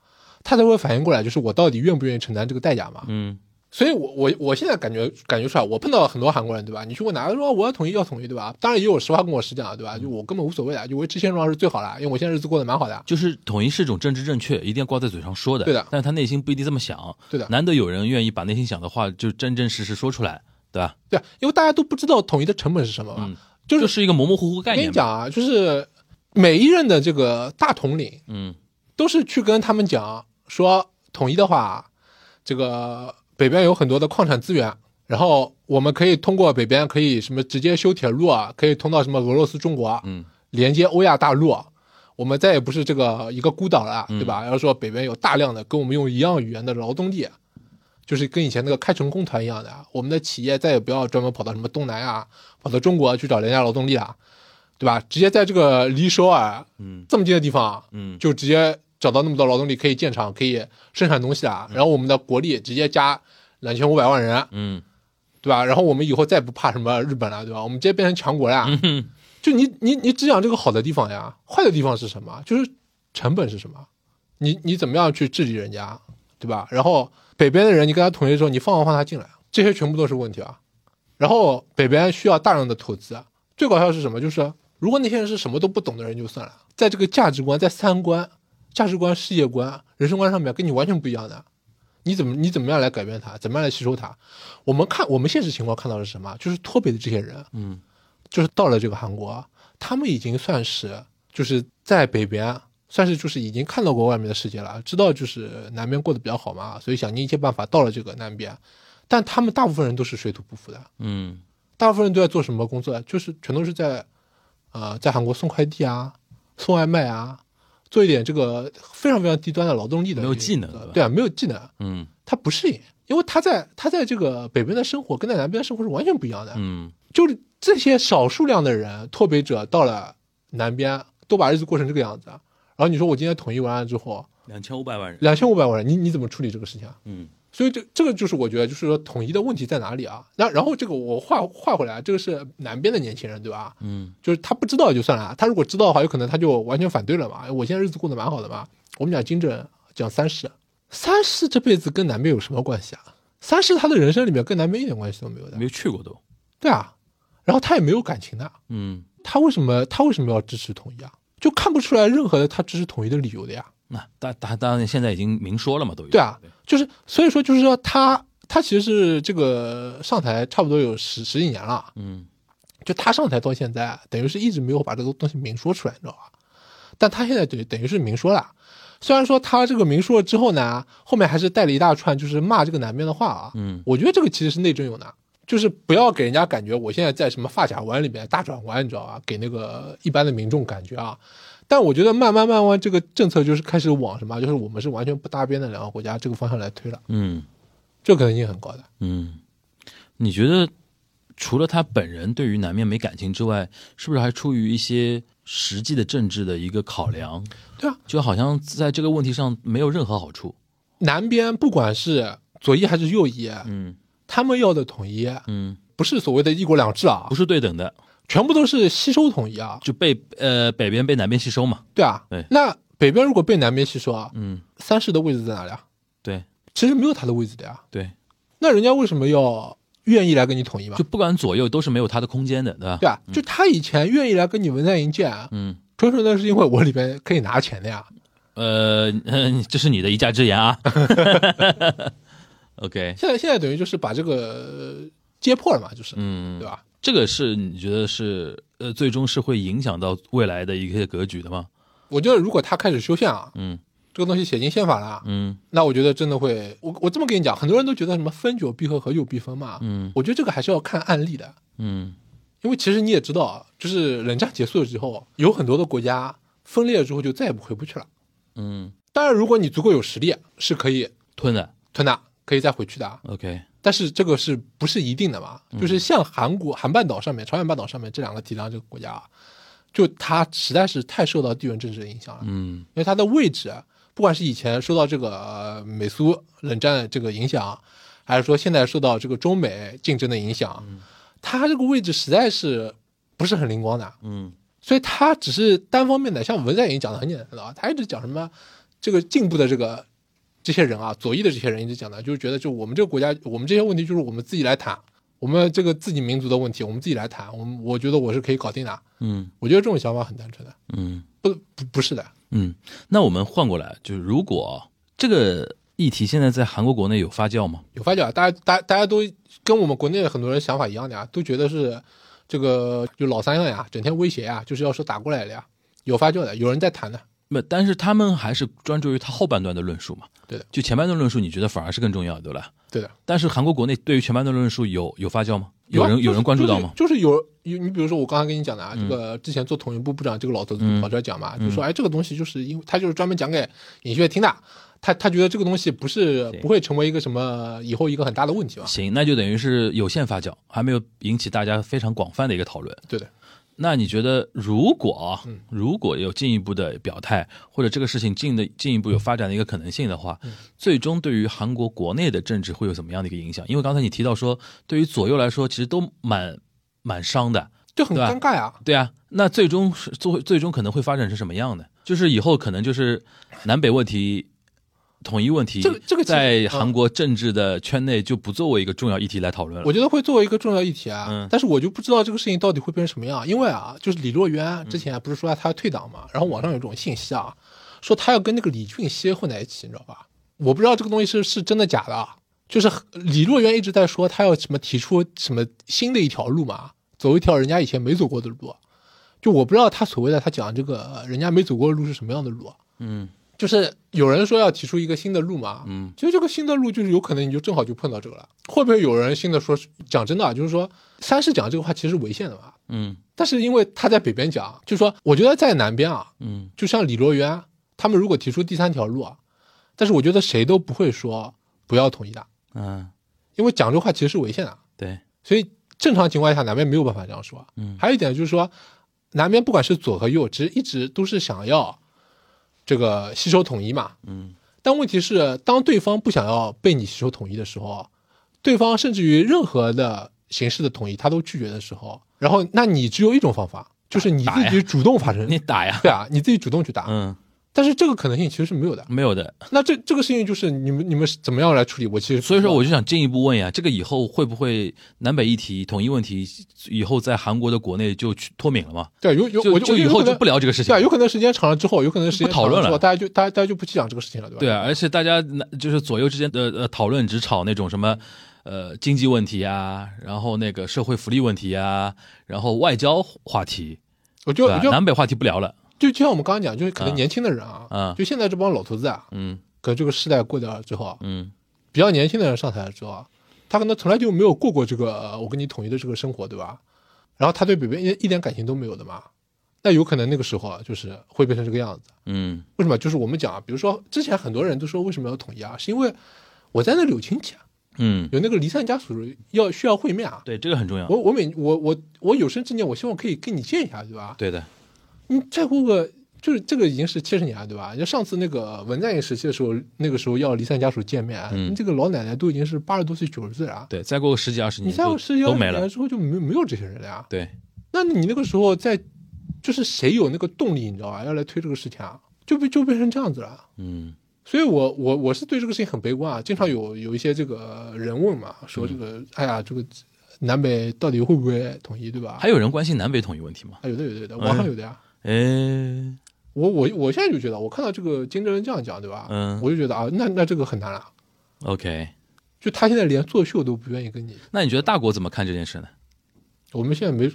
F: 他才会反应过来，就是我到底愿不愿意承担这个代价嘛。
E: 嗯
F: 所以我我我现在感觉感觉出来，我碰到很多韩国人，对吧？你去问他，说我要统一要统一，对吧？当然也有实话跟我实讲的，对吧？就我根本无所谓的，啊就维持现状是最好的，因为我现在日子过得蛮好的。啊
E: 就是统一是一种政治正确，一定要挂在嘴上说的。
F: 对的
E: 但是他内心不一定这么想。
F: 对的
E: 难得有人愿意把内心想的话就真真实实说出来，对吧？
F: 对，啊因为大家都不知道统一的成本是什么嘛，
E: 嗯
F: 就
E: 就是是一个模模糊糊概
F: 我跟你
E: 念。，
F: 讲啊，就是每一任的这个大统领
E: 嗯
F: 都是去跟他们讲说，统一的话，这个北边有很多的矿产资源，然后我们可以通过北边可以什么直接修铁路啊，可以通到什么俄罗斯、中国，啊
E: 嗯，
F: 连接欧亚大陆。啊我们再也不是这个一个孤岛了，啊
E: 嗯
F: 对吧？然后说北边有大量的跟我们用一样语言的劳动力，啊就是跟以前那个开城工团一样的，啊我们的企业再也不要专门跑到什么东南亚、跑到中国去找廉价劳动力了，对吧？直接在这个离首尔，
E: 嗯
F: 这么近的地方，啊
E: 嗯
F: 就直接找到那么多劳动力，可以建厂，可以生产东西啊。然后我们的国力直接加两千五百万人，啊
E: 嗯
F: 对吧？然后我们以后再不怕什么日本了，对吧？我们直接变成强国了。就你你你只讲这个好的地方呀，坏的地方是什么？就是成本是什么？你你怎么样去治理人家，对吧？然后北边的人，你跟他统一之后，你放不放他进来？这些全部都是问题啊。然后北边需要大量的投资啊。最搞笑的是什么？就是如果那些人是什么都不懂的人就算了，在这个价值观、在三观、价值观、世界观、人生观上面跟你完全不一样的，你怎么你怎么样来改变他？怎么样来吸收他？我们看我们现实情况看到的是什么？就是脱北的这些人，
E: 嗯，
F: 就是到了这个韩国，他们已经算是就是在北边，算是就是已经看到过外面的世界了，知道就是南边过得比较好嘛，所以想尽一切办法到了这个南边，但他们大部分人都是水土不服的，
E: 嗯
F: 大部分人都在做什么工作啊？就是全都是在，呃，在韩国送快递啊，送外卖啊，做一点这个非常非常低端的劳动力的
E: 没有技能
F: 这个
E: 对吧
F: 对啊，没有技能，
E: 嗯
F: 他不适应，因为他在他在这个北边的生活跟在南边的生活是完全不一样的。
E: 嗯
F: 就是这些少数量的人脱北者到了南边，都把日子过成这个样子。啊然后你说我今天统一完了之后，
E: 两千五百万人，
F: 两千五百万人，你你怎么处理这个事情啊？
E: 嗯
F: 所以这这个就是我觉得就是说统一的问题在哪里啊？那然后这个我话话回来，这个是南边的年轻人对吧？
E: 嗯
F: 就是他不知道就算了，啊他如果知道的话，有可能他就完全反对了嘛。我现在日子过得蛮好的嘛。我们讲金正，讲三世，三世这辈子跟南边有什么关系啊？三世他的人生里面跟南边一点关系都没有的
E: 没，有去过都，
F: 对啊。然后他也没有感情的，啊
E: 嗯，
F: 他为什么他为什么要支持统一啊？就看不出来任何的他支持统一的理由的呀。
E: 那当当当然现在已经明说了嘛，都有
F: 对啊，就是所以说就是说他他其实是这个上台差不多有十十几年了，
E: 嗯
F: 就他上台到现在，等于是一直没有把这个东西明说出来，你知道吧？但他现在等于等于是明说了。虽然说他这个明说了之后呢，后面还是带了一大串就是骂这个南边的话啊，
E: 嗯
F: 我觉得这个其实是内政用的，就是不要给人家感觉我现在在什么发卡湾里面大转弯，你知道吧？给那个一般的民众感觉啊。但我觉得慢慢慢慢，这个政策就是开始往什么，就是我们是完全不搭边的两个国家这个方向来推了，
E: 嗯
F: 这可能性很高的。
E: 嗯，你觉得除了他本人对于南面没感情之外，是不是还出于一些实际的政治的一个考量？
F: 对啊，
E: 就好像在这个问题上没有任何好处。
F: 南边不管是左翼还是右翼，
E: 嗯
F: 他们要的统一，
E: 嗯，
F: 不是所谓的一国两制啊
E: 不，是对等的，
F: 全部都是吸收统一啊，
E: 就被呃北边被南边吸收嘛。
F: 对啊。
E: 对
F: 那北边如果被南边吸收啊，
E: 嗯，
F: 三世的位置在哪里啊？
E: 对
F: 其实没有他的位置的呀。
E: 对，
F: 那人家为什么要愿意来跟你统一嘛
E: 就？不管左右都是没有他的空间的，对吧？
F: 对啊，就他以前愿意来跟你文在寅见，啊
E: 嗯。
F: 纯纯的是因为我里边可以拿钱的呀。
E: 呃，嗯这是你的一家之言啊。OK，
F: 现在现在等于就是把这个呃揭破了嘛，就是，
E: 嗯
F: 对，吧？
E: 这个是你觉得是呃，最终是会影响到未来的一些格局的吗？
F: 我觉得如果他开始修宪啊，
E: 嗯
F: 这个东西写进宪法了，啊
E: 嗯
F: 那我觉得真的会，我我这么跟你讲，很多人都觉得什么分久必合，合久必分嘛，
E: 嗯
F: 我觉得这个还是要看案例的，
E: 嗯
F: 因为其实你也知道啊，就是冷战结束了之后，有很多的国家分裂了之后就再也不回不去了。
E: 嗯，
F: 当然，如果你足够有实力，啊是可以
E: 吞的。
F: 吞的，可以再回去的啊。
E: OK，
F: 但是这个是不是一定的嘛？就是像韩国、韩半岛上面、朝鲜半岛上面这两个体量这个国家啊，就它实在是太受到地缘政治的影响了，因
E: 嗯
F: 为它的位置，啊不管是以前受到这个呃美苏冷战这个影响，还是说现在受到这个中美竞争的影响，它这个位置实在是不是很灵光的。
E: 嗯
F: 所以他只是单方面的，像文在寅讲的很简单的啊，他一直讲什么这个进步的这个这些人啊，左翼的这些人一直讲的，就是觉得就我们这个国家，我们这些问题就是我们自己来谈，我们这个自己民族的问题，我们自己来谈，我们我觉得我是可以搞定的。
E: 嗯
F: 我觉得这种想法很单纯的，
E: 嗯
F: 不不不是的，
E: 嗯。那我们换过来，就是如果这个议题现在在韩国国内有发酵吗？
F: 有发觉啊，大家大大家都跟我们国内很多人想法一样的啊，都觉得是这个就老三样呀，整天威胁呀，就是要说打过来的呀，有发觉的，有人在谈的，
E: 不，但是他们还是专注于他后半段的论述嘛。
F: 对的，
E: 就前半段论述，你觉得反而是更重要的，对吧？
F: 对的，
E: 但是韩国国内对于全班的论述有有发酵吗？
F: 啊
E: 人有
F: 就是
E: 人关注到吗？
F: 就是就是有有，你比如说我刚才跟你讲的啊，这个之前做统一部部长这个老头子
E: 嗯
F: 跑出来讲嘛，就说哎，这个东西就是因为他就是专门讲给尹学听的。他他觉得这个东西不是
E: 对
F: 不会成为一个什么以后一个很大的问题嘛？
E: 行，那就等于是有限发酵，还没有引起大家非常广泛的一个讨论。
F: 对的，嗯
E: 那你觉得，如果啊，如果有进一步的表态，或者这个事情进的进一步有发展的一个可能性的话，
F: 嗯
E: 最终对于韩国国内的政治会有怎么样的一个影响？因为刚才你提到说，对于左右来说，其实都蛮蛮伤的，
F: 就很
E: 对吧
F: 尴尬啊。
E: 对啊。那最终是最最终可能会发展成什么样呢？就是以后可能就是南北问题、统一问题，
F: 这个这个其实
E: 在
F: 嗯
E: 韩国政治的圈内就不作为一个重要议题来讨论了。
F: 我觉得会作为一个重要议题啊，
E: 嗯
F: 但是我就不知道这个事情到底会变成什么样，因为啊，就是李洛渊
E: 嗯
F: 之前不是说他退党嘛，然后网上有一种信息啊，说他要跟那个李俊熙混在一起，你知道吧？我不知道这个东西是是真的假的，啊，就是李洛渊一直在说他要什么提出什么新的一条路嘛，走一条人家以前没走过的路，就我不知道他所谓的他讲这个人家没走过的路是什么样的路啊，
E: 嗯
F: 就是有人说要提出一个新的路嘛，
E: 嗯，
F: 其实这个新的路就是有可能你就正好就碰到这个了。会不会有人新的说？讲真的啊，就是说三世讲这个话其实是违宪的嘛，
E: 嗯
F: 但是因为他在北边讲，就说我觉得在南边啊，
E: 嗯
F: 就像李罗渊他们如果提出第三条路啊，但是我觉得谁都不会说不要统一的，
E: 嗯，
F: 因为讲这个话其实是违宪的，
E: 对，
F: 所以正常情况下南边没有办法这样说。啊
E: 嗯
F: 还有一点就是说，南边不管是左和右，其实一直都是想要这个吸收统一嘛，
E: 嗯
F: 但问题是，当对方不想要被你吸收统一的时候，啊对方甚至于任何的形式的统一他都拒绝的时候，然后那你只有一种方法，就是你
E: 打
F: 自
E: 呀
F: 己主动发 生，
E: 你打呀，
F: 对啊，你自己主动去打。
E: 嗯，
F: 但是这个可能性其实是没有的。
E: 没有的。
F: 那这这个事情就是你们你们是怎么样来处理？我其实
E: 所以说，我就想进一步问呀，这个以后会不会南北议题、统一问题，以后在韩国的国内就去脱敏了嘛？
F: 对啊有有
E: 就
F: 我我
E: 以后就不
F: 聊
E: 聊这个事情
F: 对啊，有可能时间长了之后，有可能时间
E: 不讨论
F: 长之后
E: 了
F: 大家就大家大家就不去讲这个事情了，对吧？
E: 对啊，而且大家那就是左右之间的呃讨论只吵那种什么。呃，经济问题啊，然后那个社会福利问题啊，然后外交话题，
F: 我就
E: 对啊
F: 我
E: 吧？
F: 就
E: 南北话题不聊了，
F: 就就像我们刚刚讲，就是可能
E: 啊
F: 年轻的人啊，
E: 啊
F: 就现在这帮老头子啊，
E: 嗯
F: 可能这个时代过掉了之后啊，
E: 嗯
F: 比较年轻的人上台了之后啊，他可能从来就没有过过这个呃我跟你统一的这个生活，对吧？然后他对北边一一点感情都没有的嘛，那有可能那个时候啊，就是会变成这个样子。
E: 嗯
F: 为什么？就是我们讲啊，比如说之前很多人都说为什么要统一啊，是因为我在那里有亲戚啊，
E: 嗯，
F: 有那个离散家属要需要会面啊。
E: 对，这个很重要，
F: 我我每我我我有生之年，我希望可以跟你见一下，对吧？
E: 对的，
F: 你再过个就是这个已经是七十年了，对吧？就上次那个文在寅时期的时候，那个时候要离散家属见面，啊
E: 嗯
F: 你这个老奶奶都已经是八十多岁、九十岁了啊。
E: 对，再过个十几二十
F: 你
E: 年
F: 再
E: 就
F: 有十几二
E: 嗯都
F: 十
E: 没
F: 年
E: 了，
F: 之后就没没有这些人了呀。
E: 对，
F: 那你那个时候在，就是谁有那个动力，你知道吧？要来推这个事情啊，就被就变成这样子了。啊
E: 嗯
F: 所以我我我是对这个事情很悲观啊，经常有有一些这个人问嘛，说这
E: 嗯
F: 个、哎呀，这个南北到底会不会统一，对吧？
E: 还有人关心南北统一问题吗？
F: 啊，有的有
E: 嗯
F: 的有的，网上有的呀。
E: 哎，
F: 呃我我我现在就觉得，我看到这个金正恩这样讲，对吧？
E: 嗯
F: 我就觉得啊，那那这个很难了。
E: OK，
F: 就他现在连作秀都不愿意跟你，
E: 那你觉得大国怎么看这件事呢？
F: 我们现在没，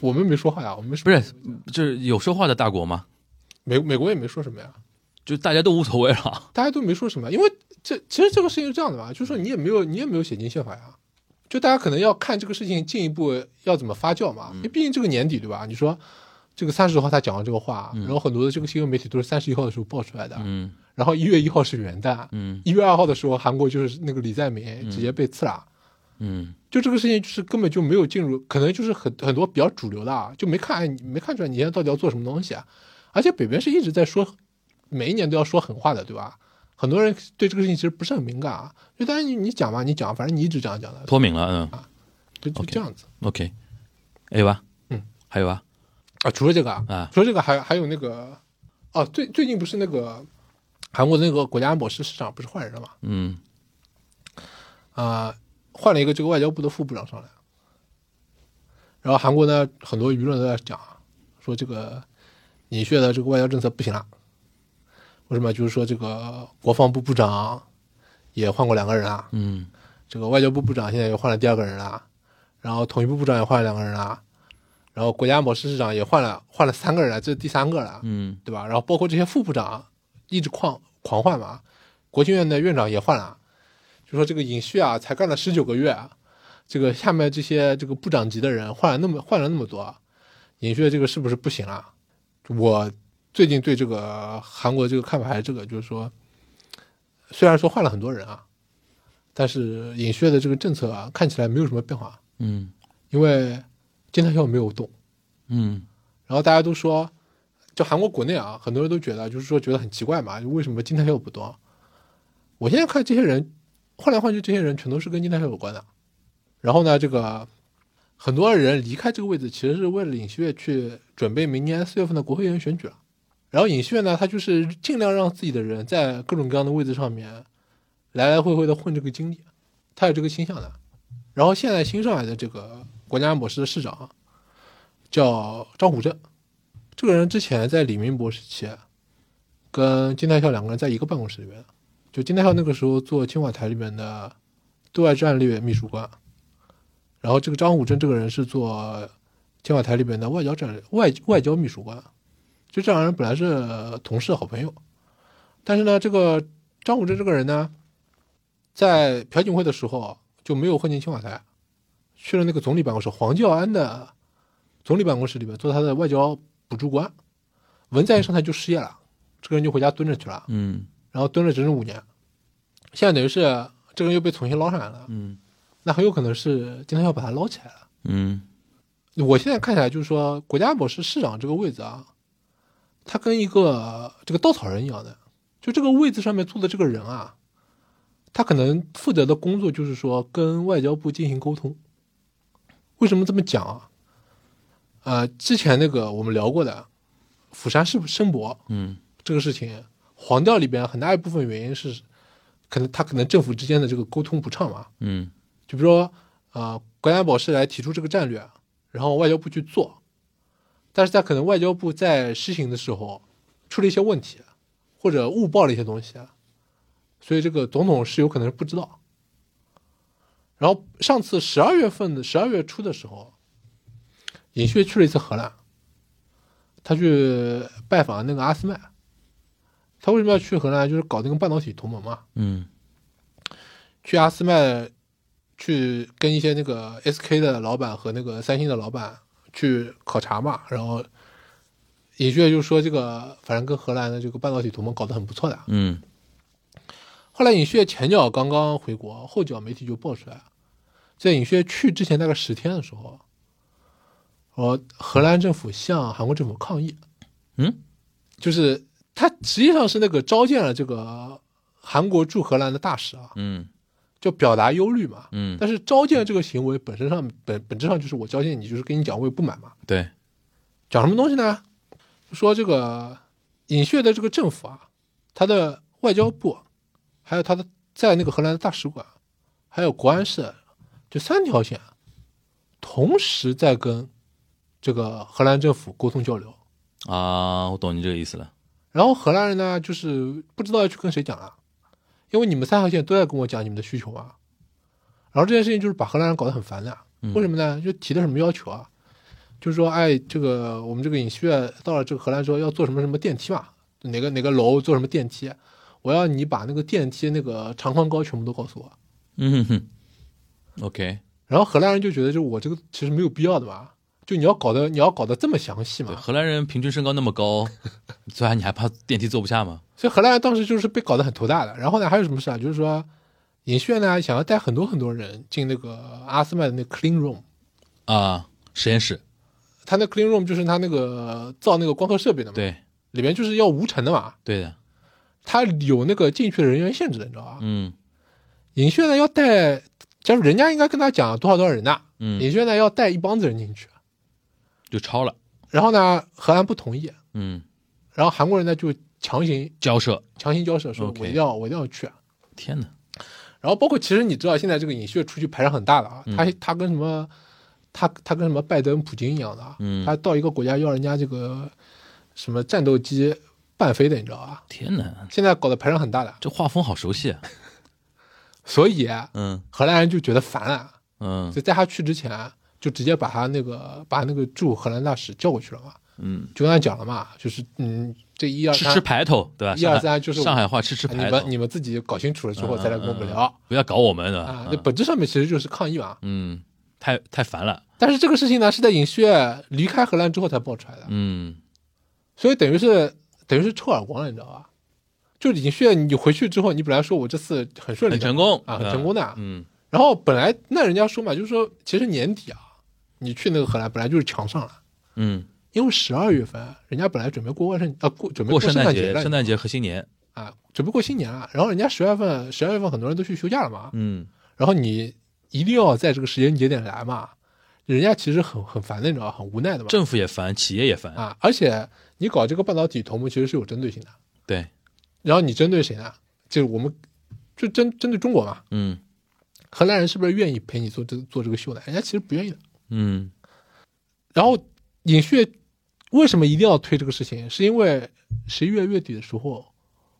F: 我们没说话呀，我们
E: 不是，就是有说话的大国吗？
F: 美美国也没说什么呀，
E: 就大家都无所谓了。
F: 大家都没说什么，因为这其实这个事情是这样的嘛，就是说你也没有你也没有写进宪法呀，就大家可能要看这个事情进一步要怎么发酵
E: 嗯
F: 嘛，因为毕竟这个年底对吧？你说这个三十号他讲了这个话，然后很多的这个新闻媒体都是三十一号的时候爆出来的，
E: 嗯
F: 然后一月一号是元旦，
E: 嗯
F: 一月二号的时候韩国就是那个李在明直接被刺了。
E: 嗯
F: 就这个事情，就是根本就没有进入，可能就是很很多比较主流的啊，就没看哎你没看出来你现在到底要做什么东西啊。而且北边是一直在说，每一年都要说狠话的，对吧？很多人对这个事情其实不是很敏感啊，就但是你你讲嘛，你讲，反正你一直这样讲的，
E: 脱敏了。嗯
F: 就就
E: OK
F: 这样子
E: 嗯，OK，还有吧？
F: 嗯，
E: 还有吧？
F: 啊。除了这个啊，
E: 啊
F: 除了这个还还有那个，哦、最最近不是那个韩国的那个国家安保室室长不是换人了嘛？
E: 嗯，
F: 啊、换了一个这个外交部的副部长上来，然后韩国呢，很多舆论都在讲，说这个尹血的这个外交政策不行了，为什么？就是说这个国防部部长也换过两个人啊，
E: 嗯，
F: 这个外交部部长现在又换了第二个人啦，然后统一部部长也换了两个人啦，然后国家安保室室长也换了换了三个人了，这是第三个了，
E: 嗯，
F: 对吧？然后包括这些副部长一直狂狂换嘛，国务院的院长也换了，就就说这个尹旭啊，才干了十九个月啊，这个下面这些这个部长级的人换了那么换了那么多，啊尹旭这个是不是不行啊？我最近对这个韩国这个看法还是这个，就是说，虽然说换了很多人啊，但是尹旭的这个政策啊，看起来没有什么变化，
E: 嗯
F: 因为金泰孝没有动。
E: 嗯
F: 然后大家都说，就韩国国内啊，很多人都觉得，就是说觉得很奇怪嘛，为什么金泰佑不多？我现在看这些人，换来换去，这些人全都是跟金泰佑有关的。然后呢，这个很多人离开这个位置，其实是为了尹锡悦去准备明年四月份的国会议员选举了。然后尹锡悦呢，他就是尽量让自己的人在各种各样的位置上面来来回回的混这个经历，他有这个倾向的。然后现在新上来的这个国家安保室的市长啊，叫张虎正，这个人之前在李明博时期，啊跟金泰孝两个人在一个办公室里面的，就金泰孝那个时候做青瓦台里面的对外战略秘书官，然后这个张虎正这个人是做青瓦台里面的外交战略外外交秘书官，就这两人本来是同事好朋友，但是呢，这个张虎正这个人呢，在朴槿惠的时候啊就没有混进青瓦台，去了那个总理办公室黄教安的。总理办公室里面做他的外交补助官。文在寅上台就失业了，这个人就回家蹲着去了，
E: 嗯
F: 然后蹲了整整五年。现在等于是这个人又被重新捞上来了，
E: 嗯
F: 那很有可能是今天要把他捞起来了。
E: 嗯
F: 我现在看起来就是说，国家安保室市长这个位置啊，他跟一个这个稻草人一样的，就这个位置上面坐的这个人啊，他可能负责的工作就是说跟外交部进行沟通。为什么这么讲啊？呃，之前那个我们聊过的釜山世申博
E: 嗯
F: 这个事情，黄调里边很大一部分原因是，可能他可能政府之间的这个沟通不畅嘛，
E: 嗯
F: 就比如说，呃，国家安保室来提出这个战略，然后外交部去做，但是在可能外交部在施行的时候出了一些问题，或者误报了一些东西，所以这个总统是有可能是不知道。然后上次十二月份的十二月初的时候，尹旭去了一次荷兰，他去拜访那个阿斯麦。他为什么要去荷兰？就是搞那个半导体同盟嘛。
E: 嗯
F: 去阿斯麦去跟一些那个 SK 的老板和那个三星的老板去考察嘛，然后尹旭就说这个反正跟荷兰的这个半导体同盟搞得很不错的。
E: 嗯
F: 后来尹旭前脚刚刚回国，后脚媒体就爆出来，在尹旭去之前大概十天的时候，呃，荷兰政府向韩国政府抗议，
E: 嗯，
F: 就是他实际上是那个召见了这个韩国驻荷兰的大使啊，
E: 嗯
F: 就表达忧虑嘛，
E: 嗯，
F: 但是召见这个行为本身上本本质上就是我召见你，就是跟你讲我有不满嘛。
E: 对，
F: 讲什么东西呢？就说这个尹血的这个政府啊，他的外交部，啊还有他的在那个荷兰的大使馆，还有国安室，这三条线，啊同时在跟这个荷兰政府沟通交流。
E: 啊，我懂你这个意思了。
F: 然后荷兰人呢，就是不知道要去跟谁讲了，因为你们三条线都在跟我讲你们的需求啊。然后这件事情就是把荷兰人搞得很烦的，啊为什么呢？就提的什么要求啊？就是说，哎，这个我们这个尹锡悦到了这个荷兰之后要做什么什么电梯嘛，哪个哪个楼做什么电梯，我要你把那个电梯那个长宽高全部都告诉我。
E: 嗯哼，OK，
F: 然后荷兰人就觉得，就我这个其实没有必要的嘛，就你要搞得你要搞得这么详细
E: 对，
F: 嘛，
E: 荷兰人平均身高那么高， 所以你还怕电梯坐不下吗？
F: 所以荷兰人当时就是被搞得很头大的。然后呢，还有什么事啊？就是说，尹炫呢想要带很多很多人进那个阿斯麦的那个 clean room，
E: 啊，实验室，
F: 他那 clean room 就是他那个造那个光刻设备的嘛，，
E: 对
F: 里面就是要无尘的嘛，
E: 对的，
F: 他有那个进去的人员限制的，你知道吧？
E: 嗯
F: 尹炫呢要带，假如人家应该跟他讲多少多少人的，
E: 嗯，
F: 尹炫呢要带一帮子人进去，
E: 就超了，
F: 然后呢，荷兰不同意，
E: 嗯，
F: 然后韩国人呢就强行
E: 交涉，
F: 强行交涉，说
E: OK
F: 我一定要我一定要去，
E: 天哪，
F: 然后包括其实你知道现在这个尹锡悦出去排场很大的啊，
E: 嗯
F: 他他跟什么他他跟什么拜登、普京一样的啊，
E: 嗯
F: 他到一个国家要人家这个什么战斗机半飞的，你知道吧？
E: 天哪，
F: 现在搞得排场很大的，
E: 这画风好熟悉啊，
F: 所以
E: 嗯
F: 荷兰人就觉得烦啊了，
E: 嗯
F: 所以在他去之前就直接把他那个把那个驻荷兰大使叫过去了嘛，
E: 嗯，
F: 就刚才讲了嘛，就是嗯，这一二
E: 吃
F: 三
E: 吃排头，对吧？
F: 一
E: 上
F: 二
E: 海
F: 三就是
E: 上海话，吃吃
F: 你
E: 排头
F: 们。你们自己搞清楚了之后
E: 嗯
F: 再来跟我们
E: 嗯嗯
F: 聊
E: 不要搞我们，对吧
F: 啊？。那
E: 嗯
F: 本质上面其实就是抗议嘛。
E: 嗯，太太烦了。
F: 但是这个事情呢，是在尹锡悦离开荷兰之后才爆出来的，
E: 嗯
F: 所以等于是等于是抽耳光了，你知道吧？就尹锡悦，你回去之后，你本来说我这次很顺利
E: 很
F: 的，
E: 成功
F: 啊，很成功的。
E: 嗯
F: 然后本来那人家说嘛，就是说其实年底啊，你去那个荷兰本来就是抢上了。
E: 嗯，
F: 因为十二月份，人家本来准备过万圣啊，过准备
E: 过
F: 圣
E: 圣诞
F: 节
E: 节、
F: 了，
E: 圣诞节和新年。
F: 啊，准备过新年了。然后人家十月份，十二月份很多人都去休假了嘛。
E: 嗯
F: 然后你一定要在这个时间节点来嘛，人家其实很很烦的，你知道吧，很无奈的嘛。
E: 政府也烦，企业也烦。
F: 啊，而且你搞这个半导体同盟其实是有针对性的。
E: 对，
F: 然后你针对谁呢？就是我们就针针对中国嘛。
E: 嗯
F: 荷兰人是不是愿意陪你做这做这个秀呢？人家其实不愿意的。
E: 嗯
F: 然后尹旭为什么一定要推这个事情？是因为十一月月底的时候，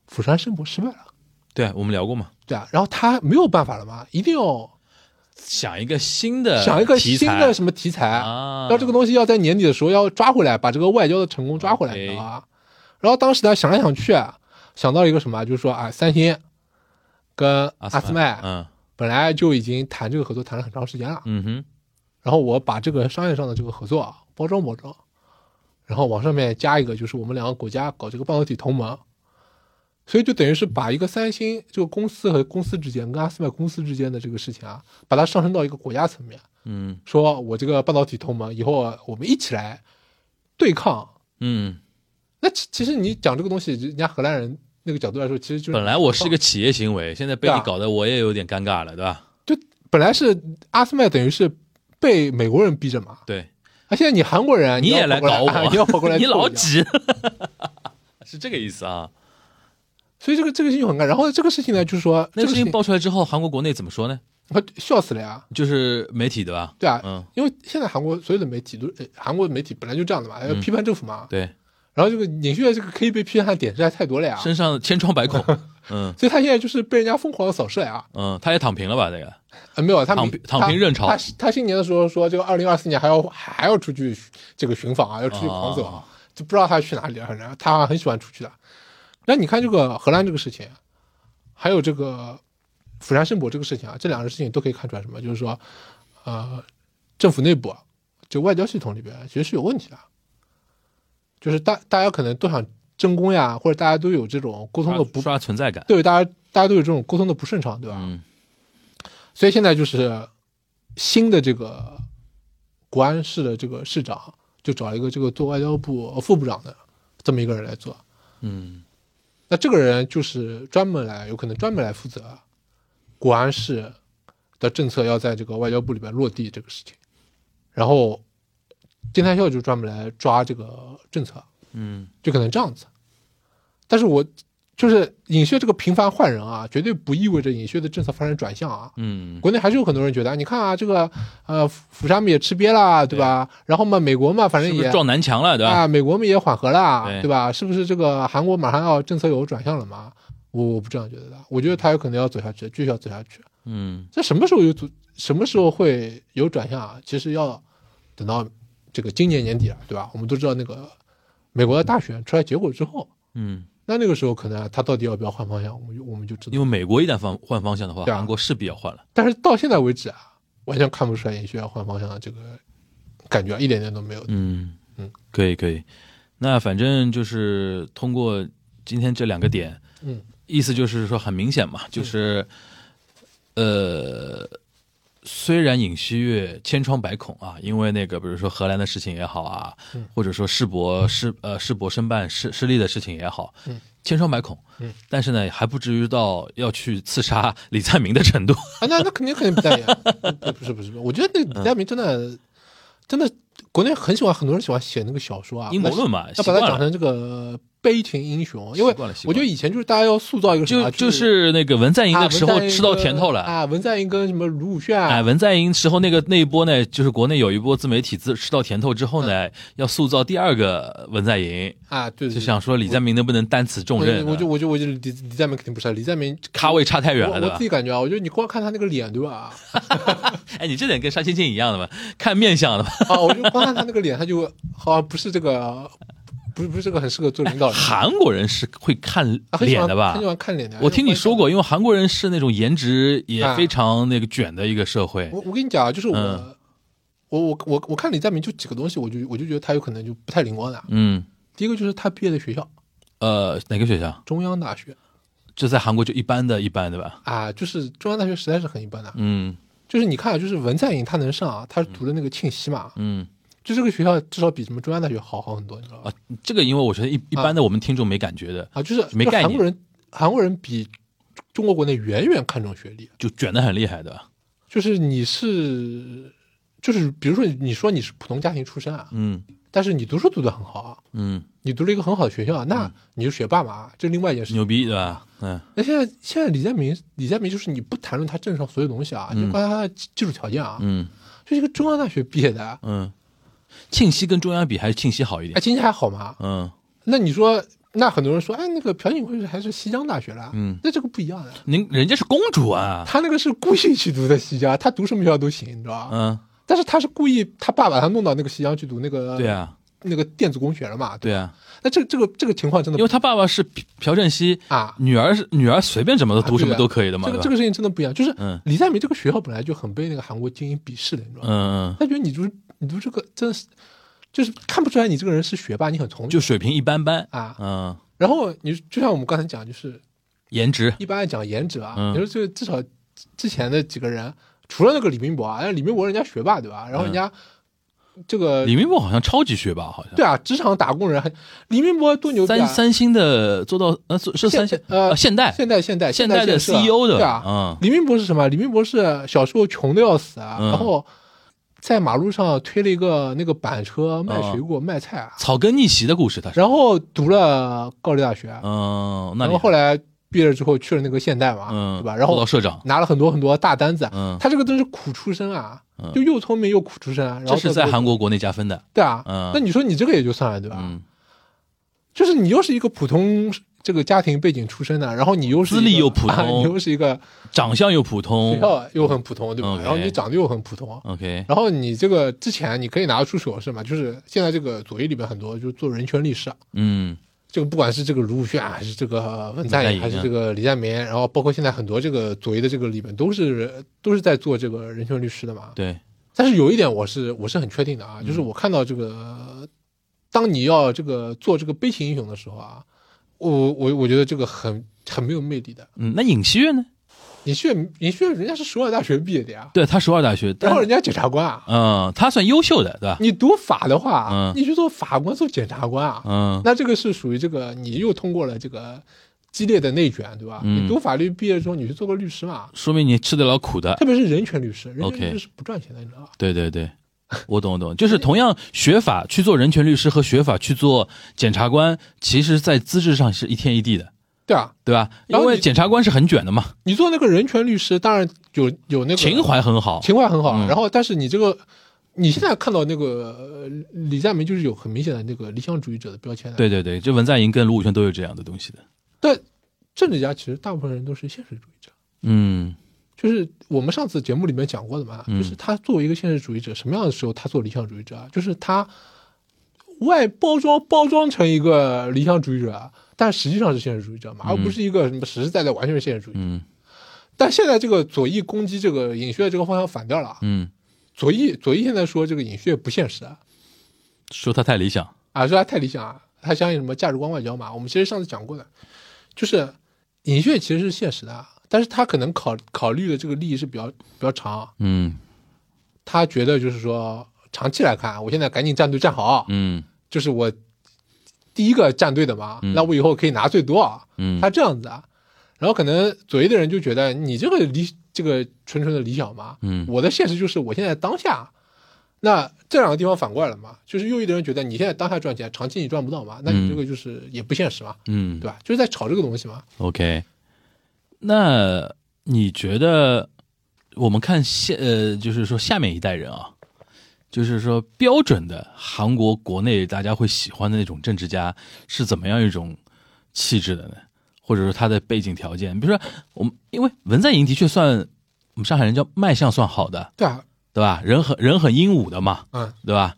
F: 釜山申博失败了，
E: 对，我们聊过嘛，
F: 对啊，然后他没有办法了嘛，一定要
E: 想一个新的
F: 想一个
E: 呃题
F: 新
E: 材
F: 的什么题材，
E: 啊，
F: 然后这个东西要在年底的时候要抓回来，把这个外交的成功抓回来，你知道吧？然后当时呢，想来想去，啊想到一个什么，就是说啊，三星跟
E: 阿
F: 阿斯麦
E: 嗯
F: 本来就已经谈这个合作谈了很长时间了，
E: 嗯哼，
F: 然后我把这个商业上的这个合作啊包装包装，然后往上面加一个就是我们两个国家搞这个半导体同盟，所以就等于是把一个三星这个公司和公司之间跟阿斯麦公司之间的这个事情啊，把它上升到一个国家层面，
E: 嗯
F: 说我这个半导体同盟以后啊我们一起来对抗。
E: 嗯。
F: 那其其实你讲这个东西，人家荷兰人那个角度来说，其实就是哦
E: 本来我是一个企业行为，现在被
F: 对
E: 你
F: 啊
E: 搞得我也有点尴尬了，对吧？
F: 就本来是阿斯麦等于是被美国人逼着嘛，
E: 对，
F: 啊，现在你韩国人
E: 你也
F: 要
E: 来
F: 跑过
E: 搞
F: 啊
E: 我，
F: 你要啊跑过 来
E: 你
F: 揍
E: 老
F: 一下
E: 挤，是这个意思啊？
F: 所以这个这个事情很干。然后这个事情呢，就是说
E: 那
F: 这
E: 个
F: 个
E: 事情爆出来之后，韩国国内怎么说呢？
F: 他笑死了呀，
E: 就是媒体对吧？
F: 对啊，
E: 嗯
F: 因为现在韩国所有的媒体都，呃韩国媒体本来就这样的
E: 嗯
F: 嘛，要批判政府嘛。
E: 对，
F: 然后这个尹锡悦这个可以被批判的点实在太多了呀，
E: 身上千疮百 孔。嗯
F: 所以他现在就是被人家疯狂的扫射呀。
E: 嗯，他也躺平了吧？这个
F: 呃，没有，他
E: 躺平躺平认潮
F: 他他他新年的时候说，这个二零二四年还要还要出去这个巡访啊，要出去狂走，
E: 哦
F: 啊，就不知道他去哪里了。反正他好像很喜欢出去的。那你看这个荷兰这个事情，还有这个釜山圣博这个事情啊，这两个事情都可以看出来什么，就是说，呃，政府内部啊就外交系统里边其实是有问题的，就是大大家可能都想争功呀，或者大家都有这种沟通的不
E: 刷刷存在感。
F: 对大家大家都有这种沟通的不顺畅，对吧？
E: 嗯
F: 所以现在就是新的这个国安市的这个市长，就找一个这个做外交部呃副部长的这么一个人来做。
E: 嗯
F: 那这个人就是专门来，有可能专门来负责国安市的政策要在这个外交部里边落地这个事情。然后金泰秀就专门来抓这个政策，
E: 嗯
F: 就可能这样子。但是我就是尹薛这个频繁换人啊，绝对不意味着尹薛的政策发生转向啊。
E: 嗯
F: 国内还是有很多人觉得，你看啊，这个呃，釜釜山也吃瘪啦，对吧？然后嘛，美国嘛，反
E: 是
F: 正
E: 不
F: 也
E: 是撞南墙了？对吧？
F: 啊，美国嘛也缓和啦，
E: 对
F: 对吧？是不是这个韩国马上要政策有转向了嘛？我我不这样觉得的，我觉得他有可能要走下去，继续要走下去。
E: 嗯
F: 这什么时候有走，什么时候会有转向啊？其实要等到这个今年年底了，对吧？我们都知道那个美国的大选出来结果之后，
E: 嗯，
F: 那那个时候可能啊他到底要不要换方向，我们就我们就知道
E: 因。为美国一旦换换方向的话，
F: 对啊
E: 韩国势必要换了。
F: 但是到现在为止啊，完全看不出来尹需要换方向的这个感觉，一点点都没有。
E: 嗯
F: 嗯，
E: 可以可以。那反正就是通过今天这两个点，
F: 嗯，
E: 意思就是说很明显嘛，就是、呃，虽然尹锡悦千疮百孔啊，因为那个比如说荷兰的事情也好啊，
F: 嗯
E: 或者说世博世呃世博申办失失利的事情也好，
F: 嗯
E: 千疮百孔，
F: 嗯，
E: 但是呢，还不至于到要去刺杀李在明的程度。
F: 啊，那那肯定肯定不代言，啊 不不是不是，不是我觉得
E: 嗯
F: 那个李佳明真的真的，国内很喜欢，很多人喜欢写那个小说啊，
E: 阴谋论嘛，习
F: 要把
E: 惯
F: 它
E: 了。
F: 讲成这个悲情英雄，因为
E: 习惯了习惯了
F: 我觉得以前就是大家要塑造一个什
E: 就
F: 么，
E: 就是是那个文在寅
F: 啊
E: 的时
F: 文
E: 候
F: 在寅
E: 吃到
F: 跟
E: 甜头了，
F: 啊，文在寅跟什么卢武铉啊，
E: 哎，文在寅时候那个那一波呢，就是国内有一波自媒体自吃到甜头之后
F: 嗯
E: 呢，要塑造第二个文在寅，
F: 啊，对，对
E: 就想说李在明能不能担此重
F: 我
E: 任呢？啊
F: 我就我就我就李李佳明肯定不是李佳明。
E: 咖位差太远
F: 我
E: 了，
F: 我
E: 对吧
F: 自己？感觉啊，我觉得你光看他那个脸，对吧？
E: 哎，你这点跟沙青青一样的嘛，看面相的嘛。
F: 啊，我就光看他那个脸，他就好像不是这个，不是不是这个很适合做领导人。
E: 韩国人是会看
F: 啊很喜
E: 脸
F: 欢
E: 的吧
F: 很喜？欢看脸的。
E: 我听你说过，因为韩国人是那种颜值也
F: 啊
E: 非常那个卷的一个社会
F: 我，我跟你讲啊，就是我、
E: 嗯
F: 我我我我看李在明就几个东西，我就我就觉得他有可能就不太灵光的。啊
E: 嗯，
F: 第一个就是他毕业的学校
E: 呃，哪个学校？
F: 中央大学
E: 这在韩国就一般的一般，对吧？
F: 啊，就是中央大学实在是很一般的。啊
E: 嗯
F: 就是你看啊，就是文在寅他能上啊，他是读的那个庆熙嘛，
E: 嗯
F: 就这个学校至少比什么中央大学好好很多，你知道
E: 啊，
F: 吧？
E: 这个因为我觉得一一般的我们听众没感觉的，
F: 啊，就是
E: 没
F: 就
E: 概念
F: 韩国人韩国人比中国国内远远看重学历，啊
E: 就卷的很厉害的。
F: 就是你是就是比如说你说你是普通家庭出身啊，
E: 嗯
F: 但是你读书读得很好啊，
E: 嗯，
F: 你读了一个很好的学校啊，那你是学霸嘛，这另外一件事情。
E: 牛逼对吧？嗯
F: 那现在现在李在明，李在明就是你不谈论他镇上所有东西啊，你就观察他的基基础条件啊，
E: 嗯
F: 就是一个中央大学毕业的，啊
E: 嗯，庆熙跟中央比还是庆熙好一
F: 哎，
E: 点。
F: 经济还好吗？
E: 嗯，
F: 那你说，那很多人说，哎，那个朴槿惠还是西江大学啦，
E: 嗯
F: 那这个不一样的，
E: 您人家是公主啊。
F: 他那个是故意去读的西江，他读什么学校都行，你知道吧？
E: 嗯，
F: 但是他是故意，他爸把他弄到那个西江去读那个
E: 对啊
F: 那个电子工学了嘛？
E: 对
F: 吧，
E: 啊，
F: 那这这个这个情况真的
E: 因为他爸爸是朴朴正熙
F: 啊
E: 女儿是女儿随便怎么
F: 啊
E: 读什么
F: 对的
E: 都可以的嘛。
F: 这个
E: 对吧
F: 这个事情真的不一样，就是
E: 嗯
F: 李在明这个学校本来就很被那个韩国精英鄙视的，你知道吗？
E: 嗯，
F: 他觉得你读你读这个真的是就是看不出来你这个人是学霸，你很聪明，
E: 嗯就水平一般般
F: 啊
E: 嗯，
F: 然后你就像我们刚才讲，就是
E: 颜值，
F: 一般来讲颜值啊，
E: 嗯
F: 你说就至少之前的几个人，除了那个李明博啊，哎李明博人家学霸对吧？然后人家这个、
E: 嗯李明博好像超级学霸，好像
F: 对啊，职场打工人还李明博多牛逼啊！
E: 三三星的做到呃是是三星
F: 呃
E: 呃现代
F: 现代现代
E: 现代的
F: 建设啊
E: CEO 的
F: 对啊，
E: 嗯
F: 李明博是什么？李明博是小时候穷的要死啊，
E: 嗯
F: 然后在马路上推了一个那个板
E: 哦
F: 车卖水果、卖菜啊，
E: 草根逆袭的故事，他是
F: 然后读了高丽大学，
E: 嗯，那
F: 啊然
E: 你
F: 后后来毕业了之后去了那个现代嘛，
E: 嗯
F: 对吧？然后
E: 做到社长，
F: 拿了很多很多大单子。
E: 嗯
F: 他这个真是苦出身啊，
E: 嗯
F: 就又聪明又苦出身啊。然后
E: 这是在韩国国内加分的，
F: 对啊，
E: 嗯
F: 那你说你这个也就算了，对吧？
E: 嗯，
F: 就是你又是一个普通这个家庭背景出身的，然后你又是一个
E: 资历又普通
F: 啊你又是一个
E: 长相又普
F: 学
E: 通
F: 校又很普通，对吧？
E: 嗯 OK
F: 然后你长得又很普通。
E: ，OK，
F: 然后你这个之前你可以拿得出手是吗？就是现在这个左翼里边很多就是做人权律师啊，
E: 嗯
F: 这个不管是这个卢武铉啊还是这个文在
E: 文在寅
F: 寅还是
E: 啊
F: 这个李在明，然后包括现在很多这个左翼的这个里边都是都是在做这个人权律师的嘛。
E: 对，嗯
F: 但是有一点我是我是很确定的啊，就是我看到这个，当你要这个做这个悲情英雄的时候啊，我我我觉得这个很很没有魅力的。
E: 嗯，那尹锡悦呢？
F: 尹锡悦，尹锡悦人家是首尔大学毕业的呀，
E: 对他首尔大学，但
F: 然后人家检察官啊，
E: 嗯，他算优秀的，对吧？
F: 你读法的话，
E: 嗯
F: 你去做法官做检察官啊，
E: 嗯
F: 那这个是属于这个你又通过了这个激烈的内卷，对吧？
E: 嗯
F: 你读法律毕业之后，你去做个律师嘛，
E: 说明你吃得了苦 的
F: 特。别是人权律师，人
E: OK
F: 权律师是不赚钱的，你知道吧？
E: 对对对，我懂我懂，就是同样学法去做人权律师和学法去做检察官，其实在资质上是一天一地的，
F: 对啊，
E: 对吧？因
F: 然后
E: 为
F: 你
E: 检察官是很卷的嘛，
F: 你做那个人权律师，当然有有那个
E: 情怀很好。
F: 情怀很好。
E: 嗯
F: 然后，但是你这个，你现在看到那个呃李在明，就是有很明显的那个理想主义者的标签的。，
E: 对对对，这文在寅跟卢武铉都有这样的东西的。
F: 但政治家其实大部分人都是现实主义者，
E: 嗯
F: 就是我们上次节目里面讲过的嘛，
E: 嗯
F: 就是他作为一个现实主义者，什么样的时候他做理想主义者啊？就是他外包装包装成一个理想主义者，啊但实际上是现实主义者嘛，而不是一个什么实实在在完全是现实主义者。
E: 嗯
F: 但现在这个左翼攻击这个尹锡悦这个方向反掉了啊，
E: 嗯，
F: 左翼左翼现在说这个尹锡悦不现实啊。
E: 说他太理想。
F: 啊，说他太理想啊，他相信什么价值观外交嘛？我们其实上次讲过的，就是尹锡悦其实是现实的啊，但是他可能考考虑的这个利益是比较比较长，啊
E: 嗯
F: 他觉得就是说长期来看，我现在赶紧站队站好，
E: 嗯
F: 就是我第一个站队的嘛，
E: 嗯
F: 那我以后可以拿最多啊，
E: 嗯
F: 他这样子啊，然后可能左翼的人就觉得你这个理这个纯纯的理想嘛，
E: 嗯
F: 我的现实就是我现在当下，那这两个地方反过来了嘛，就是右翼的人觉得你现在当下赚钱，长期你赚不到嘛，那你这个就是也不现实嘛，
E: 嗯
F: 对吧？就是在炒这个东西嘛。
E: ，OK。那你觉得我们看下呃，就是说下面一代人啊，就是说标准的韩国国内大家会喜欢的那种政治家是怎么样一种气质的呢？或者说他的背景条件，比如说我们，因为文在寅的确算我们上海人叫卖相算好的，
F: 对啊，
E: 对吧？人很人很英武的嘛，
F: 嗯，
E: 对吧？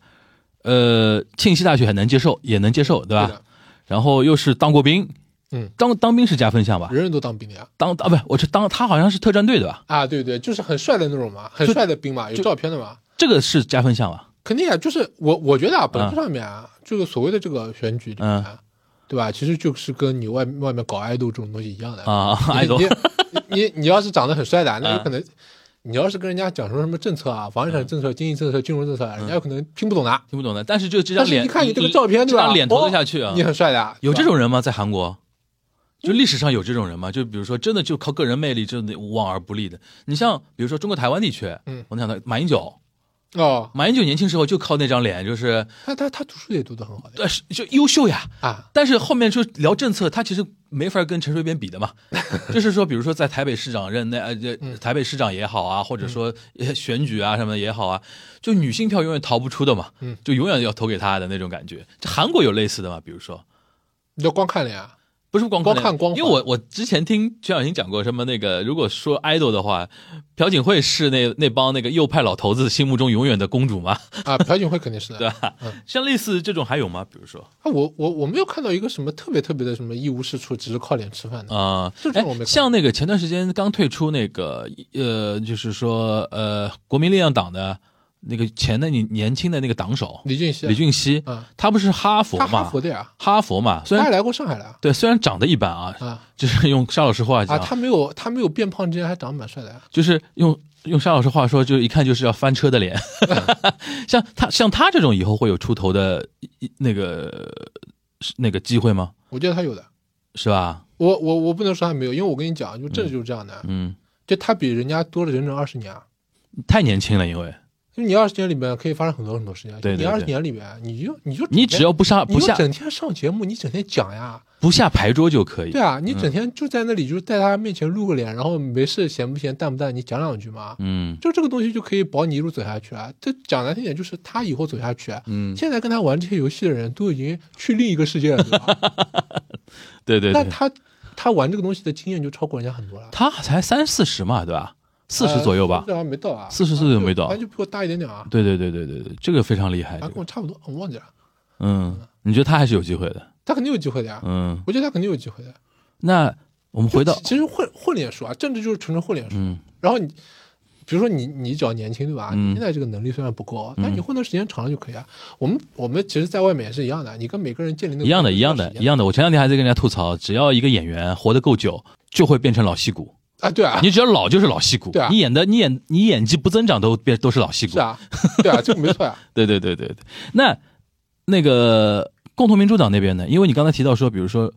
E: 呃，庆熙大学还能接受，也能接受，对吧？
F: 对的
E: 然后又是当过兵，
F: 嗯，
E: 当当兵是加分项吧？
F: 人人都当兵的呀。
E: 当啊，不是，我是当他好像是特战队对吧？
F: 啊，对对，就是很帅的那种嘛，很
E: 就
F: 帅的兵嘛，有照片的嘛。
E: 这个是加分项吧？
F: 肯定啊，就是我我觉得
E: 嗯
F: 啊，本质上面啊，这个所谓的这个选举里面啊，对吧？其实就是跟你外外面搞爱豆这种东西一样的。
E: 啊，爱
F: 你
E: 豆，
F: 你你你要是长得很帅的啊，那有
E: 嗯
F: 可能你要是跟人家讲说什么政策啊，房地产
E: 嗯
F: 政策、经济政策、金融政策啊，人家有可能听不懂的。啊
E: 听不懂的，但是就这张
F: 但是
E: 嗯脸，
F: 一看你这个照片，
E: 这
F: 对吧？
E: 张脸投得下去
F: 哦
E: 啊。
F: 你很帅的啊，
E: 有这
F: 对吧嗯
E: 种人吗？在韩国，就历史上有这种人吗？就比如说，真的就靠个人魅力就无往而不利的。你像比如说中国台湾地区，
F: 嗯
E: 我想到马英九，
F: 哦，
E: 马英九年轻时候就靠那张脸，就是
F: 他他他读书也读得很好的
E: 呃是就优秀呀。
F: 啊，
E: 但是后面就聊政策，他其实没法跟陈水扁比 的嘛。就是说，比如说在台北市长任内，呃，这
F: 嗯
E: 台北市长也好啊，或者说呃选举啊什么的也好啊，就女性票永远逃不出的嘛，
F: 嗯
E: 就永远要投给他的那种感觉。这韩国有类似的吗？比如说，
F: 你就光看脸啊，
E: 不是光
F: 光看光环
E: 因为我我之前听全小新讲过什么那个，如果说 idol 的话，朴槿惠是那那帮那个右派老头子心目中永远的公主嘛，
F: 啊，朴槿惠肯定是的，
E: 对吧？像类似这种还有吗？比如说，
F: 啊，我我我没有看到一个什么特别特别的什么一无是处，只是靠脸吃饭的。
E: 啊、
F: 这
E: 哎
F: 种我没看过
E: 像那个前段时间刚退出那个呃，就是说呃，国民力量党的那个前的年年轻的那个党首
F: 李俊熙啊，
E: 李俊熙，
F: 嗯
E: 他不是哈佛
F: 他
E: 嘛？
F: 哈佛的呀，
E: 哈佛嘛，虽
F: 他还
E: 然
F: 来过上海来啊
E: 对虽然长得一般啊，
F: 啊
E: 就是用沙老师话
F: 啊，
E: 讲，
F: 他没有他没有变胖之前还长得蛮帅的呀。
E: 就是用用沙老师话说，就一看就是要翻车的脸。
F: 嗯
E: 像他像他这种以后会有出头的一那个是那个机会吗？
F: 我觉得他有的，
E: 是吧？
F: 我我我不能说他没有，因为我跟你讲，就政治就是这样的，
E: 嗯，
F: 就他比人家多了整整二十年啊。
E: 太年轻了，因为
F: 就你二十年里面可以发生很多很多事情啊，
E: 对对
F: 你
E: 对
F: 二十年里面，你就你就
E: 你
F: 整天
E: 只要不上
F: 你
E: 不
F: 就
E: 下
F: 整天上节目，你整天讲呀，
E: 不下牌桌就可以。
F: 对啊，你
E: 嗯
F: 整天就在那里，就在他面前露个脸，然后没事闲不闲淡不淡，你讲两句嘛，
E: 嗯
F: 就这个东西就可以保你一路走下去啊。这讲难听点，就是他以后走下去，啊
E: 嗯，
F: 现在跟他玩这些游戏的人都已经去另一个世界了，对吧？
E: 对对
F: 那
E: 对，
F: 他他玩这个东西的经验就超过人家很多了，
E: 他才三四十嘛，对吧？四十左右吧。
F: 对啊，没到啊，
E: 40岁都没到
F: 反正就比我大一点点啊，
E: 对对对对对对，这个非常厉害。
F: 啊，
E: 这
F: 跟
E: 个
F: 我差不多，我忘记了，
E: 嗯，你觉得他还是有机会的？
F: 他肯定有机会的呀，
E: 嗯，
F: 我觉得他肯定有机会的。
E: 那我们回到
F: 其其实混混脸术啊，政治就是纯纯混脸术。
E: 嗯
F: 然后你，比如说你你只要年轻对吧？
E: 嗯
F: 你现在这个能力虽然不够，但你混的时间长了就可以啊。我们我们其实，在外面也是一样的，你跟每个人建立那个
E: 一样的，
F: 关系
E: 一样的，
F: 是
E: 一样的。我前两天还在跟人家吐槽，只要一个演员活得够久，就会变成老戏骨。
F: 啊，对啊，
E: 你只要老就是老戏骨，
F: 对啊
E: 你演的你演你演技不增长都变都是老戏骨
F: 是。啊，对啊，这个没错啊。
E: 对对对对对。那那个共同民主党那边呢？因为你刚才提到说，比如说，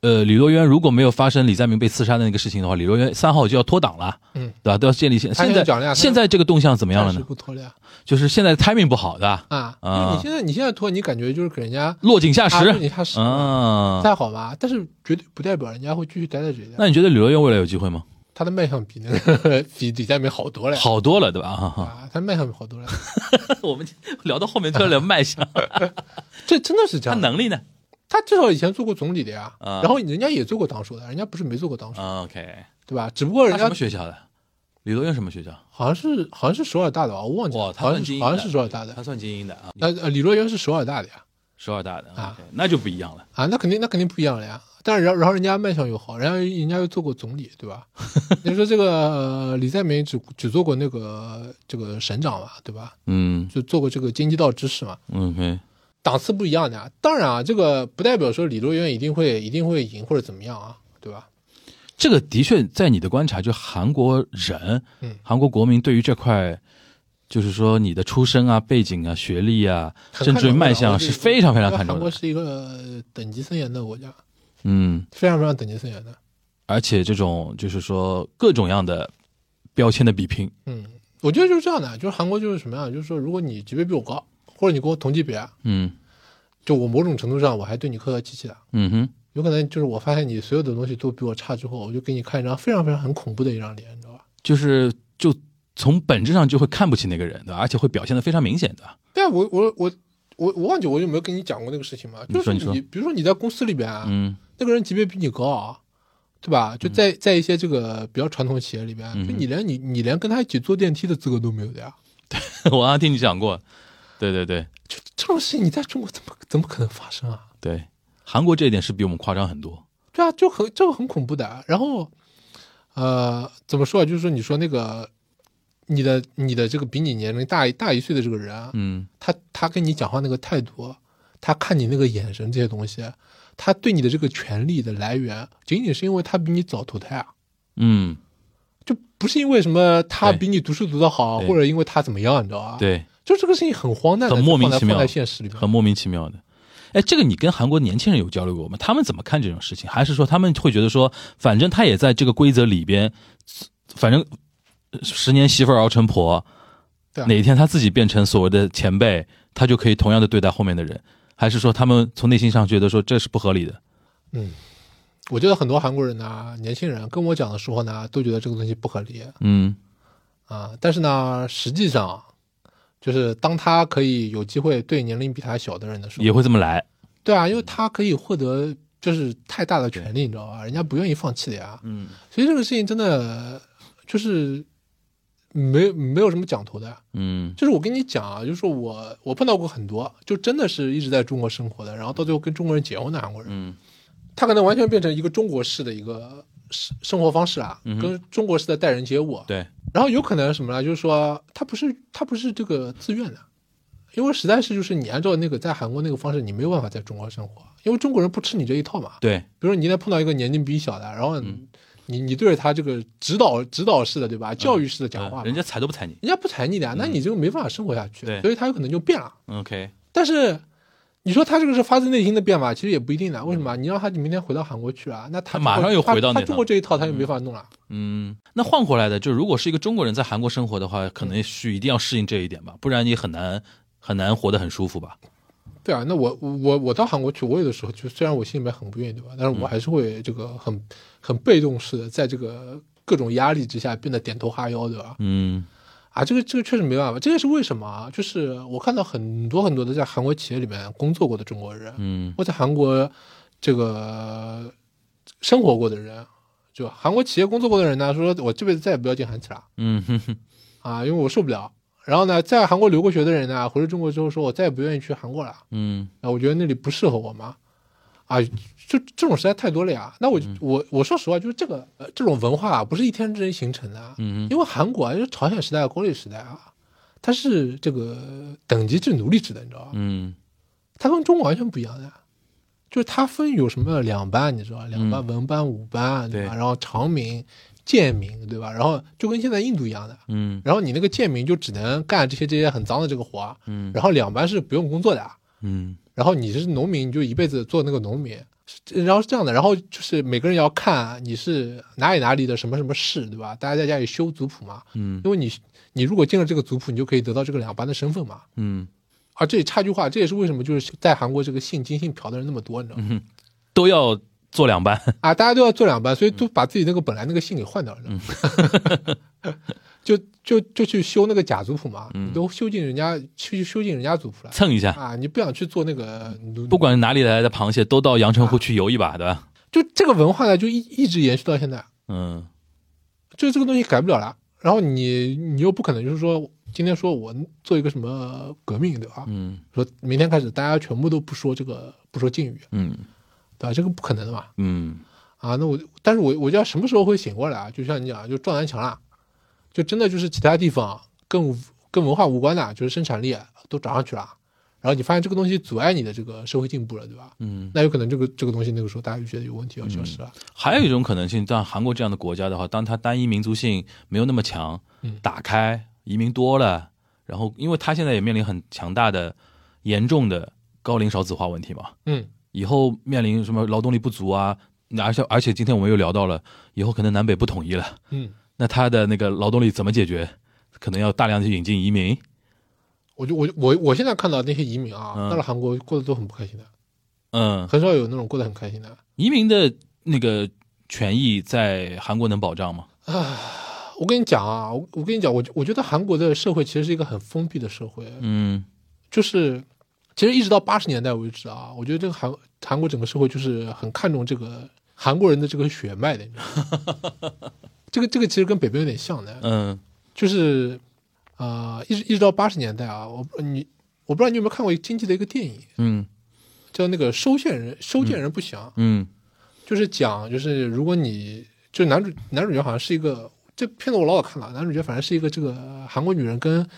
E: 呃，李若渊如果没有发生李在明被刺杀的那个事情的话，李若渊三号就要脱党了，
F: 嗯，
E: 对吧？都要建立现
F: 他有
E: 现在
F: 奖励啊他有
E: 现在这个动向怎么样了
F: 暂时
E: 呢？
F: 不脱了呀
E: 就是现在 timing 不好的吧，
F: 啊，因
E: 啊
F: 为你现在你现在脱，你感觉就是给人家
E: 落井下
F: 啊落
E: 石
F: 井下石
E: 啊
F: 不。太好吧？但是绝对不代表人家会继续待在这里的。
E: 那你觉得李若渊未来有机会吗？
F: 他的卖相比那个比李在明好多了呀。
E: 好多了，对吧？啊哈哈，
F: 啊，他卖相好多了，
E: 我们聊到后面突然聊卖相，
F: 这真的是 这
E: 他
F: 样的。
E: 能力呢？
F: 他至少以前做过总理的呀，
E: 啊
F: 然后人家也做过党首的，人家不是没做过党首，
E: 啊，OK。
F: 对吧？只不过人
E: 他什
F: 家
E: 么学校的？李若渊什么学校？
F: 好像是好像是首尔大的吧，我忘记
E: 哇，
F: 了，
E: 他
F: 好
E: 算
F: 像
E: 精
F: 是
E: 英
F: 好
E: 的，
F: 像是首尔大的
E: 他。算精英的啊，
F: 那呃，李若渊是首尔大的呀，
E: 首尔大的
F: 啊
E: OK，那就不一样了。
F: 啊，那肯定那肯定不一样了呀。但是然后然后人家卖相又好，人家人家又做过总理，对吧？你说这个、呃李在明只只做过那个这个省长嘛，对吧？
E: 嗯
F: 就做过这个京畿道知事嘛，
E: ，OK，
F: 档次不一样的呀。当然啊，这个不代表说李若渊一定会一定会赢或者怎么样啊，对吧？
E: 这个的确在你的观察，就韩国人，
F: 嗯
E: 韩国国民对于这块，就是说你的出身啊、背景啊、学历啊，
F: 很
E: 甚
F: 看
E: 至于
F: 重的
E: 卖相
F: 我觉
E: 是
F: 得
E: 非常非常看
F: 韩
E: 重的。
F: 国是一个等级森严的国家，
E: 嗯，
F: 非常非常等级森严的。
E: 而且这种就是说各种样的标签的比拼，
F: 嗯，我觉得就是这样的，就是韩国就是什么呀？就是说，如果你级别比我高，或者你跟我同级别，啊
E: 嗯
F: 就我某种程度上我还对你客客气气的。啊
E: 嗯哼，
F: 有可能就是我发现你所有的东西都比我差之后，我就给你看一张非常非常很恐怖的一张脸，你知道吧？
E: 就是就从本质上就会看不起那个人的，而且会表现的非常明显的。
F: 对啊，我我我我我忘记我有没有跟你讲过那个事情嘛？
E: 你
F: 就
E: 说
F: 是
E: 你说
F: 比如说你在公司里边啊，
E: 嗯
F: 那个人级别比你高啊，对吧？就在在一些这个比较传统企业里边，就你连你你连跟他一起坐电梯的资格都没有的呀。
E: 我好像听你讲过，对对对
F: 就这种事情你在中国怎么怎么可能发生啊？
E: 对，韩国这一点是比我们夸张很多。
F: 对啊，就很这个很恐怖的。然后，呃，怎么说啊？就是说，你说那个你的你的这个比你年龄大一大一岁的这个人啊，
E: 嗯
F: 他他跟你讲话那个态度，他看你那个眼神这些东西，他对你的这个权利的来源，仅仅是因为他比你早投胎啊，
E: 嗯，
F: 就不是因为什么他
E: 对
F: 比你读书读得好，啊
E: 对
F: 或者因为他怎么样，你知道吧？，
E: 对，
F: 就这个事情很荒诞的，
E: 很莫名
F: 放在
E: 其妙
F: 放在现实里面
E: 很莫名其妙的。哎，这个你跟韩国年轻人有交流过吗？他们怎么看这种事情？还是说他们会觉得说，反正他也在这个规则里边，反正呃十年媳妇儿熬成婆，
F: 对啊
E: 哪一天他自己变成所谓的前辈，他就可以同样的对待后面的人？还是说他们从内心上觉得说这是不合理的？
F: 我觉得很多韩国人呢、年轻人跟我讲的时候呢，都觉得这个东西不合理
E: 嗯
F: 啊。但是呢，实际上，就是当他可以有机会对年龄比他小的人的时候，
E: 也会这么来。
F: 对啊，因为他可以获得就是太大的权利，你知道吧？人家不愿意放弃的呀。
E: 嗯，
F: 所以这个事情真的就是没没有什么讲头的。
E: 嗯
F: 就是我跟你讲啊，就是说我我碰到过很多，就真的是一直在中国生活的，然后到最后跟中国人结婚的韩国人，
E: 嗯
F: 他可能完全变成一个中国式的一个生生活方式啊，
E: 嗯哼
F: 跟中国式的待人接物，
E: 对，
F: 然后有可能什么呢？就是说他不是他不是这个自愿的，因为实在是就是你按照那个在韩国那个方式，你没有办法在中国生活，因为中国人不吃你这一套嘛。
E: 对，
F: 比如说你再碰到一个年纪比你小的，然后
E: 嗯
F: 你、你你对着他这个指导指导式的对吧，教育式的讲话嘛，
E: 呃人家踩都不踩你。
F: 人家不睬你的呀，那你就没办法生活下
E: 嗯
F: 去，
E: 对
F: 所以他有可能就变了。
E: 嗯 OK，
F: 但是你说他这个是发自内心的变吧，其实也不一定的。为什么？你让他明天回到韩国去啊，那他
E: 嗯他马上又回到那
F: 他他
E: 套
F: 中国这一套，他就没法弄了。
E: 嗯，那换回来的，就如果是一个中国人在韩国生活的话，可能是一定要适应这一点吧，不然你很难很难活得很舒服吧。
F: 对啊，那我我我到韩国去，我有的时候就虽然我心里面很不愿意，对吧？但
E: 嗯
F: 是我还是会这个很很被动式的，在这个各种压力之下变得点头哈腰，对吧？
E: 嗯
F: 啊，这个这个确实没办法，这个是为什么啊？就是我看到很多很多的在韩国企业里面工作过的中国人，
E: 嗯
F: 或在韩国这个生活过的人，啊就韩国企业工作过的人呢，说我这辈子再也不要进韩企了
E: 嗯哼哼
F: 啊，因为我受不了。然后呢，在韩国留过学的人呢，回了中国之后说，我再也不愿意去韩国了，
E: 嗯
F: 啊，我觉得那里不适合我嘛，啊，就这种实在太多了呀。那我、我我说实话，就是这个、呃、这种文化啊，不是一天之内形成的啊，
E: 嗯哼
F: 因为韩国啊，就是朝鲜时代、国内时代啊，它是这个等级制、奴隶制的，你知道吧？
E: 嗯
F: 它跟中国完全不一样的，就是它分有什么两班，你知道吧？两班文班、武班，对吧？
E: 嗯对
F: 然后长民、贱民，对吧？然后就跟现在印度一样的，
E: 嗯
F: 然后你那个贱民就只能干这些这些很脏的这个活儿，
E: 嗯
F: 然后两班是不用工作的，啊
E: 嗯
F: 然后你是农民，你就一辈子做那个农民。是然后是这样的，然后就是每个人要看你是哪里哪里的什么什么市，对吧？大家在家里修族谱嘛，
E: 嗯
F: 因为你你如果进了这个族谱，你就可以得到这个两班的身份嘛。
E: 嗯，
F: 啊，这里插句话，这也是为什么就是在韩国这个信金信嫖的人那么多，
E: 嗯
F: 你知道吗？
E: 都要做两班。
F: 啊，大家都要做两班，所以
E: 嗯
F: 都把自己那个本来那个姓给换掉了，你知道
E: 嗯
F: 吗 就就就去修那个假族谱嘛，你都修进人家去修进人家族谱了
E: 蹭一下，
F: 啊，你不想去做那个奴
E: 不管哪里来的螃蟹，都到阳澄湖去游一把，对吧？
F: 就这个文化呢，就一一直延续到现在，
E: 嗯
F: 就这个东西改不了了。然后你你又不可能就是说今天说我做一个什么革命，对吧？
E: 嗯
F: 说明天开始大家全部都不说这个不说敬语，
E: 嗯
F: 对吧？这个不可能的嘛。
E: 嗯
F: 啊，那我但是我我就要什么时候会醒过来啊？就像你讲，就撞南墙了，就真的就是其他地方跟无跟文化无关的，就是生产力都涨上去了，然后你发现这个东西阻碍你的这个社会进步了，对吧？
E: 嗯。
F: 那有可能这个这个东西那个时候大家就觉得有问题要消失了，
E: 还有一种可能性，像韩国这样的国家的话，当它单一民族性没有那么强
F: 嗯，
E: 打开移民多了，然后因为它现在也面临很强大的、严重的高龄少子化问题嘛，
F: 嗯，
E: 以后面临什么劳动力不足啊，而且而且今天我们又聊到了，以后可能南北不统一了，
F: 嗯，
E: 那它的那个劳动力怎么解决？可能要大量的引进移民，
F: 我就我我我现在看到那些移民啊，
E: 嗯
F: 到了韩国过得都很不开心的，
E: 嗯，
F: 很少有那种过得很开心的。
E: 移民的那个权益在韩国能保障吗？
F: 我跟你讲啊，我我跟你讲，我我觉得韩国的社会其实是一个很封闭的社会，
E: 嗯
F: 就是其实一直到八十年代为止啊，我觉得这个韩韩国整个社会就是很看重这个韩国人的这个血脉的，你知道吗这个这个其实跟北边有点像的，
E: 嗯
F: 就是啊、呃一直一直到八十年代啊，我你我不知道你有没有看过一个经济的一个电影，
E: 嗯
F: 叫那个《收件人》，收件人不详，
E: 嗯
F: 就是讲就是如果你就男主男主角好像是一个这片子我老早看了，男主角反正是一个这个韩国女人跟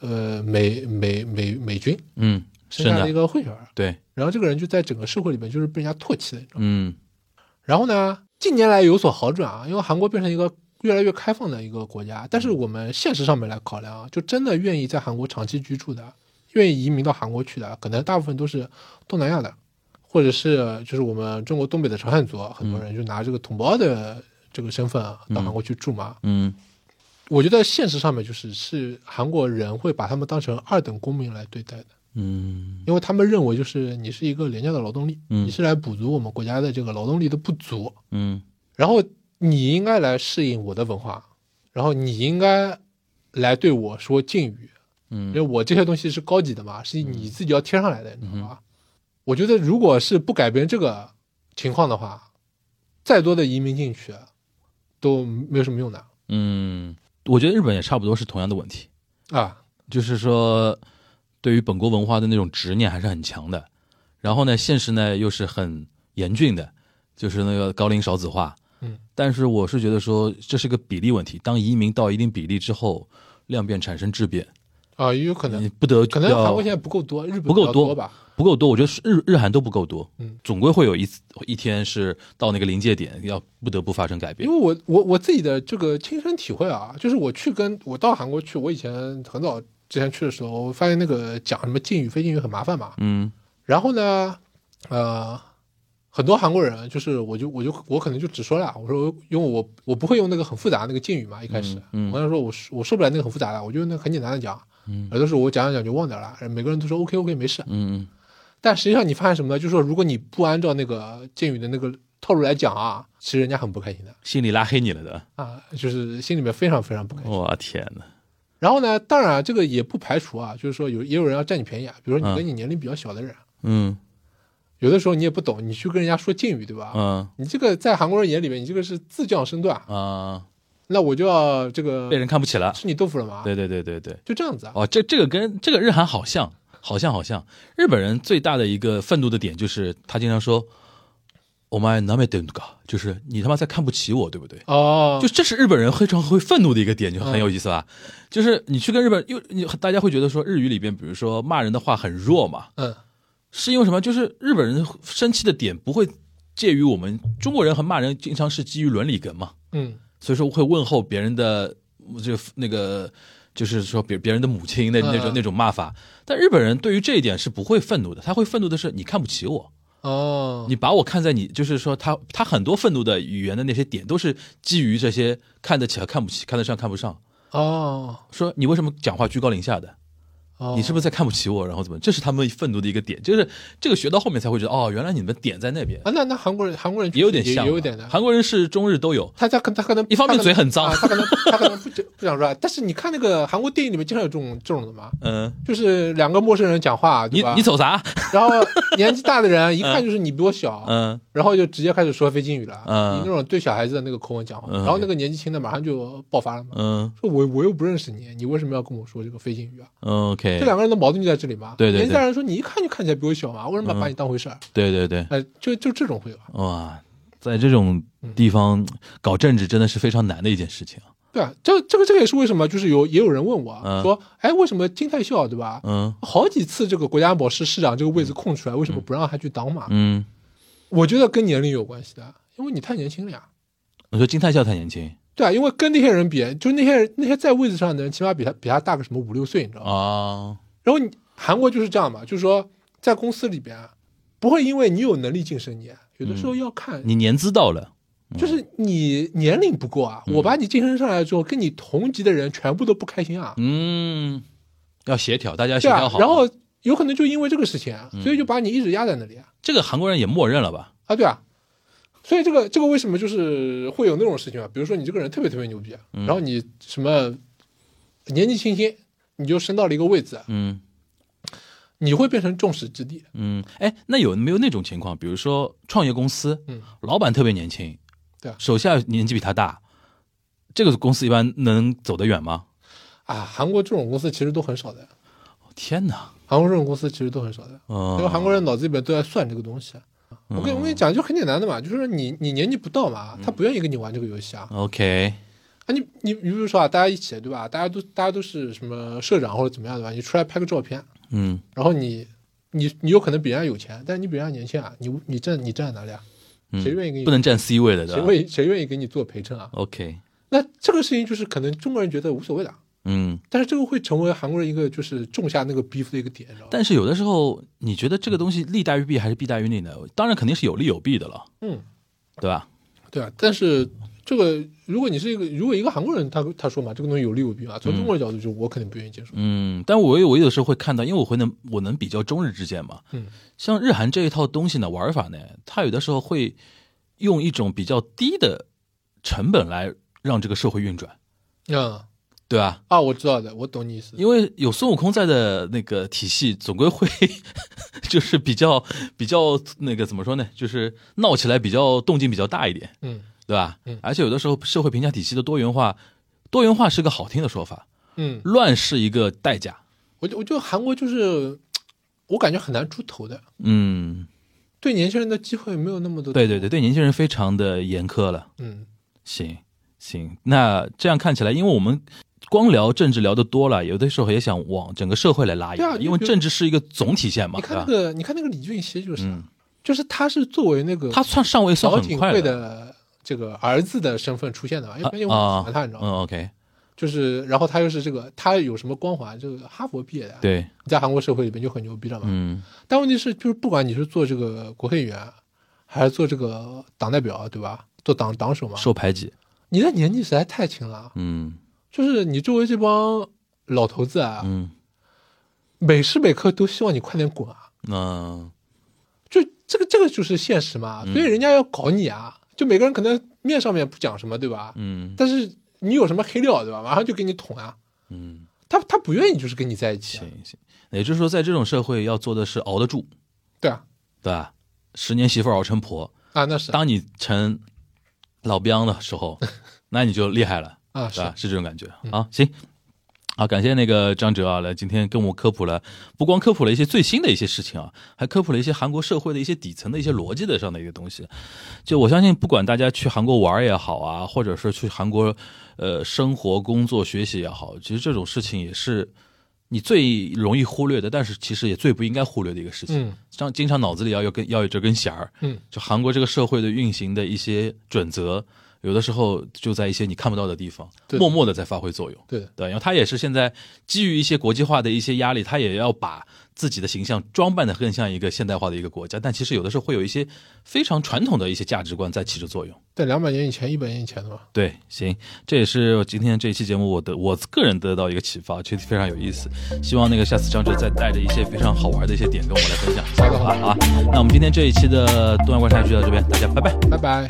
F: 呃美美美美军
E: 嗯，是
F: 生下的一
E: 的，
F: 个混血儿，
E: 对，
F: 然后这个人就在整个社会里面就是被人家唾弃的那种。
E: 嗯
F: 然后呢，近年来有所好转啊，因为韩国变成一个越来越开放的一个国家。但是我们现实上面来考量啊，就真的愿意在韩国长期居住的，愿意移民到韩国去的，可能大部分都是东南亚的，或者是就是我们中国东北的朝鲜族，啊很多人就拿这个同胞的这个身份啊，到韩国去住嘛。
E: 嗯
F: 我觉得现实上面就是是韩国人会把他们当成二等公民来对待的。
E: 嗯
F: 因为他们认为就是你是一个廉价的劳动力，
E: 嗯
F: 你是来补足我们国家的这个劳动力的不足，
E: 嗯
F: 然后你应该来适应我的文化，然后你应该来对我说敬语，因为
E: 嗯
F: 我这些东西是高级的嘛，是你自己要贴上来的，你知道
E: 嗯
F: 吧？我觉得如果是不改变这个情况的话，再多的移民进去都没有什么用的
E: 嗯，我觉得日本也差不多是同样的问题，
F: 啊。
E: 就是说对于本国文化的那种执念还是很强的，然后呢，现实呢又是很严峻的，就是那个高龄少子化。
F: 嗯，
E: 但是我是觉得说这是个比例问题，当移民到一定比例之后，量变产生质变，
F: 啊，也有可
E: 你
F: 能，
E: 不得
F: 可能
E: 要
F: 韩国现在不够多，日本
E: 不够
F: 比较
E: 多
F: 多吧？
E: 不够多，我觉得是日日韩都不够多，
F: 嗯，
E: 总归会有一次一天是到那个临界点，要不得不发生改变
F: 因。为我我我自己的这个亲身体会啊，就是我去跟我到韩国去，我以前很早之前去的时候，我发现那个讲什么敬语非敬语很麻烦嘛。
E: 嗯
F: 然后呢，呃，很多韩国人就是我就我就我可能就只说了，我说因为我我不会用那个很复杂的那个敬语嘛，一开始、
E: 嗯嗯
F: 我跟他说我说我受不了那个很复杂的，我就用那个很简单的讲，
E: 嗯
F: 有的时候我讲讲讲就忘掉了，每个人都说 OK OK 没事，
E: 嗯
F: 但实际上你发现什么呢？就是说如果你不按照那个敬语的那个套路来讲啊，其实人家很不开心的。
E: 心里拉黑你了的，
F: 啊，就是心里面非常非常不开心。
E: 我天哪！
F: 然后呢，当然啊这个也不排除啊，就是说有也有人要占你便宜啊，比如说你跟你年龄比较小的人，啊
E: 嗯
F: 有的时候你也不懂，你去跟人家说敬语，对吧？
E: 嗯
F: 你这个在韩国人眼里面，你这个是自降身段，
E: 啊，
F: 那我就要这个
E: 被人看不起了。
F: 吃你豆腐了嘛？
E: 对对对对对，
F: 就这样子啊。
E: 哦，这这个跟这个日韩好像，好像好像，日本人最大的一个愤怒的点就是他经常说“我们南美等个”，就是你他妈在看不起我，对不对？
F: 哦，
E: 就这是日本人非常会愤怒的一个点，就很有意思吧？就是你去跟日本，又你大家会觉得说日语里边，比如说骂人的话很弱嘛，
F: 嗯
E: 是因为什么？就是日本人生气的点不会介于我们中国人和骂人经常是基于伦理根嘛，
F: 嗯
E: 所以说会问候别人的就那个就是说别别人的母亲那那种
F: 嗯嗯
E: 那种骂法，但日本人对于这一点是不会愤怒的，他会愤怒的是你看不起我，
F: 哦，
E: 你把我看在你就是说他他很多愤怒的语言的那些点都是基于这些看得起和看不起，看得上看不上，
F: 哦
E: 说你为什么讲话居高临下的，
F: 哦，
E: 你是不是在看不起我？然后怎么？这是他们愤怒的一个点，就是这个学到后面才会知道，哦，原来你们点在那边
F: 啊？那那韩国人韩国人
E: 也有点像
F: 也
E: 嘛，
F: 有点的。
E: 韩国人是中日都有，
F: 他他可他可能
E: 一方面
F: 他可能
E: 嘴很脏
F: 啊他可能他可能不不想说，但是你看那个韩国电影里面经常有这种这种的嘛，
E: 嗯，
F: 就是两个陌生人讲话，对
E: 你
F: 吧？
E: 你走啥？
F: 然后年纪大 的人啊一看就是你比我小，
E: 嗯
F: 然后就直接开始说非敬语了，
E: 嗯
F: 以那种对小孩子的那个口吻讲话，
E: 嗯
F: 然后那个年纪轻的马上就爆发了嘛，
E: 嗯
F: 说我我又不认识你，你为什么要跟我说这个非敬语啊？
E: 嗯，OK，
F: 这两个人的矛盾就在这里嘛。
E: 对对对嗯
F: 年纪大人说你一看就看起来比我小嘛，为什么把你当回事儿？
E: 对对对，
F: 哎，就就这种会有啊，
E: 哇，在这种地方搞政治真的是非常难的一件事情。
F: 对啊，这这个这个也是为什么，就是有也有人问我、
E: 嗯
F: 说，哎，为什么金泰孝对吧？
E: 嗯
F: 好几次这个国家安保室室长这个位置空出来，为什么不让他去当嘛？
E: 嗯，
F: 我觉得跟年龄有关系的，因为你太年轻了呀。
E: 我说金泰孝太年轻
F: 对啊，因为跟那些人比，就那些人那些在位置上的人，起码比他比他大个什么五六岁，你知道吗？
E: 啊，
F: 然后你韩国就是这样嘛，就是说在公司里边啊，不会因为你有能力晋升你，有的时候要看，
E: 嗯你嗯年资到了，
F: 就是你年龄不够
E: 嗯
F: 啊，我把你晋升上来之后，跟你同级的人全部都不开心啊，
E: 嗯，要协调，大家协
F: 对
E: 调
F: 啊
E: 好。，嗯
F: 然后有可能就因为这个事情啊，所以就把你一直压在那里啊，
E: 这个韩国人也默认了吧？
F: 啊对啊。所以这个这个为什么就是会有那种事情啊？比如说你这个人特别特别牛逼啊，然后你什么年纪轻轻你就升到了一个位置，
E: 嗯
F: 你会变成众矢之的。
E: 嗯，哎，那有没有那种情况？比如说创业公司，
F: 嗯，
E: 老板特别年轻，
F: 对啊
E: 手下年纪比他大，这个公司一般能走得远吗？
F: 啊，韩国这种公司其实都很少的
E: 天哪，
F: 韩国这种公司其实都很少的，
E: 嗯，
F: 因为韩国人脑子里边都在算这个东西。啊我跟我跟你讲，就很简单的嘛，就是说你你年纪不到嘛，他不愿意跟你玩这个游戏
E: 嗯
F: 啊。
E: OK，
F: 啊，你你你比如说啊，大家一起对吧？大家都大家都是什么社长或者怎么样对吧？你出来拍个照片，
E: 嗯
F: 然后你你你有可能比人家有钱，但是你比人家年轻啊，你你站你站在哪里啊？
E: 嗯，
F: 谁愿意给你？
E: 不能啊占 C 位的，
F: 谁
E: 对吧
F: 愿意谁愿意给你做陪衬啊？
E: ？OK，
F: 那这个事情就是可能中国人觉得无所谓的，
E: 嗯，
F: 但是这个会成为韩国人一个就是种下那个 beef 的一个点，你知道吧？
E: 但是有的时候你觉得这个东西利大于弊还是弊大于利呢？当然肯定是有利有弊的了，
F: 嗯，
E: 对吧？
F: 对啊，但是这个如果你是一个如果一个韩国人他他说嘛，这个东西有利有弊啊，从中国人角度就是我肯定不愿意接受。
E: 嗯，但我有我有时候会看到，因为我会能我能比较中日之间嘛，
F: 嗯，
E: 像日韩这一套东西呢，玩法呢，它有的时候会用一种比较低的成本来让这个社会运转，
F: 嗯
E: 对吧？
F: 啊，我知道的，我懂你意思。
E: 因为有孙悟空在的那个体系，总归会 就是比较比较那个怎么说呢，就是闹起来比较动静比较大一点，
F: 嗯
E: 对吧？
F: 嗯
E: 而且有的时候社会评价体系的多元化，多元化是个好听的说法，
F: 嗯，
E: 乱是一个代价。
F: 我就我觉得韩国就是我感觉很难出头的，
E: 嗯，
F: 对年轻人的机会没有那么多。
E: 对对对，，对年轻人非常的严苛了。
F: 嗯
E: 行行，那这样看起来，因为我们光聊政治聊得多了，有的时候也想往整个社会来拉一
F: 对啊
E: 拉，
F: 你
E: 因为
F: 比如
E: 政治是一个总体现嘛，
F: 你看那
E: 对吧？
F: 个你看那个李俊熙就是啊，
E: 嗯
F: 就是他是作为那个
E: 他算上位算
F: 朴
E: 很
F: 槿
E: 快
F: 惠的这个儿子的身份出现的嘛，因为
E: 啊
F: 关键我
E: 啊
F: 很喜欢他，你知道
E: 嗯
F: 吗？
E: ，OK，
F: 就是然后他又是这个他有什么光环？这个哈佛毕业的，，啊
E: 对，
F: 在韩国社会里面就很牛逼了嘛。
E: 嗯
F: 但问题是，就是不管你是做这个国会议员，还是做这个党代表，啊对吧？做党党首嘛，
E: 受排挤，
F: 你的年纪实在太轻了。
E: 嗯
F: 就是你周围这帮老头子啊，
E: 嗯
F: 每时每刻都希望你快点滚啊！
E: 那、
F: 就这个这个就是现实嘛，
E: 嗯
F: 所以人家要搞你啊。就每个人可能面上面不讲什么，对吧？
E: 嗯
F: 但是你有什么黑料，对吧？马上就给你捅啊。
E: 嗯，
F: 他他不愿意就是跟你在一起啊、
E: 行行，也就是说，在这种社会要做的是熬得住，
F: 对啊，
E: 对吧？十年媳妇熬成婆，
F: 啊那是
E: 当你成老彪的时候，那你就厉害了。
F: 啊
E: 是
F: 是
E: 吧？是这种感觉啊。行，好，感谢那个张哲啊，来今天跟我们科普了，不光科普了一些最新的一些事情啊，还科普了一些韩国社会的一些底层的一些逻辑的上的一个东西。就我相信，不管大家去韩国玩儿也好啊，或者是去韩国呃生活、工作、学习也好，其实这种事情也是。你最容易忽略的，但是其实也最不应该忽略的一个事情
F: 嗯，
E: 像、经常脑子里要有根要有这根弦儿，
F: 嗯，
E: 就韩国这个社会的运行的一些准则，有的时候就在一些你看不到的地方，
F: 对
E: 默默的在发挥作用。
F: 对的，
E: 对，然后他也是现在基于一些国际化的一些压力，他也要把自己的形象装扮的更像一个现代化的一个国家，但其实有的时候会有一些非常传统的一些价值观在起着作用。
F: 在两百年以前、一百年以前的嘛。
E: 对，行，这也是今天这一期节目我的我个人得到一个启发，确实非常有意思。希望那个下次张哲再带着一些非常好玩的一些点跟我们来分享一下，
F: 好的
E: 好吧？啊，那我们今天这一期的东亚观察就到这边，大家拜拜。
F: 拜拜。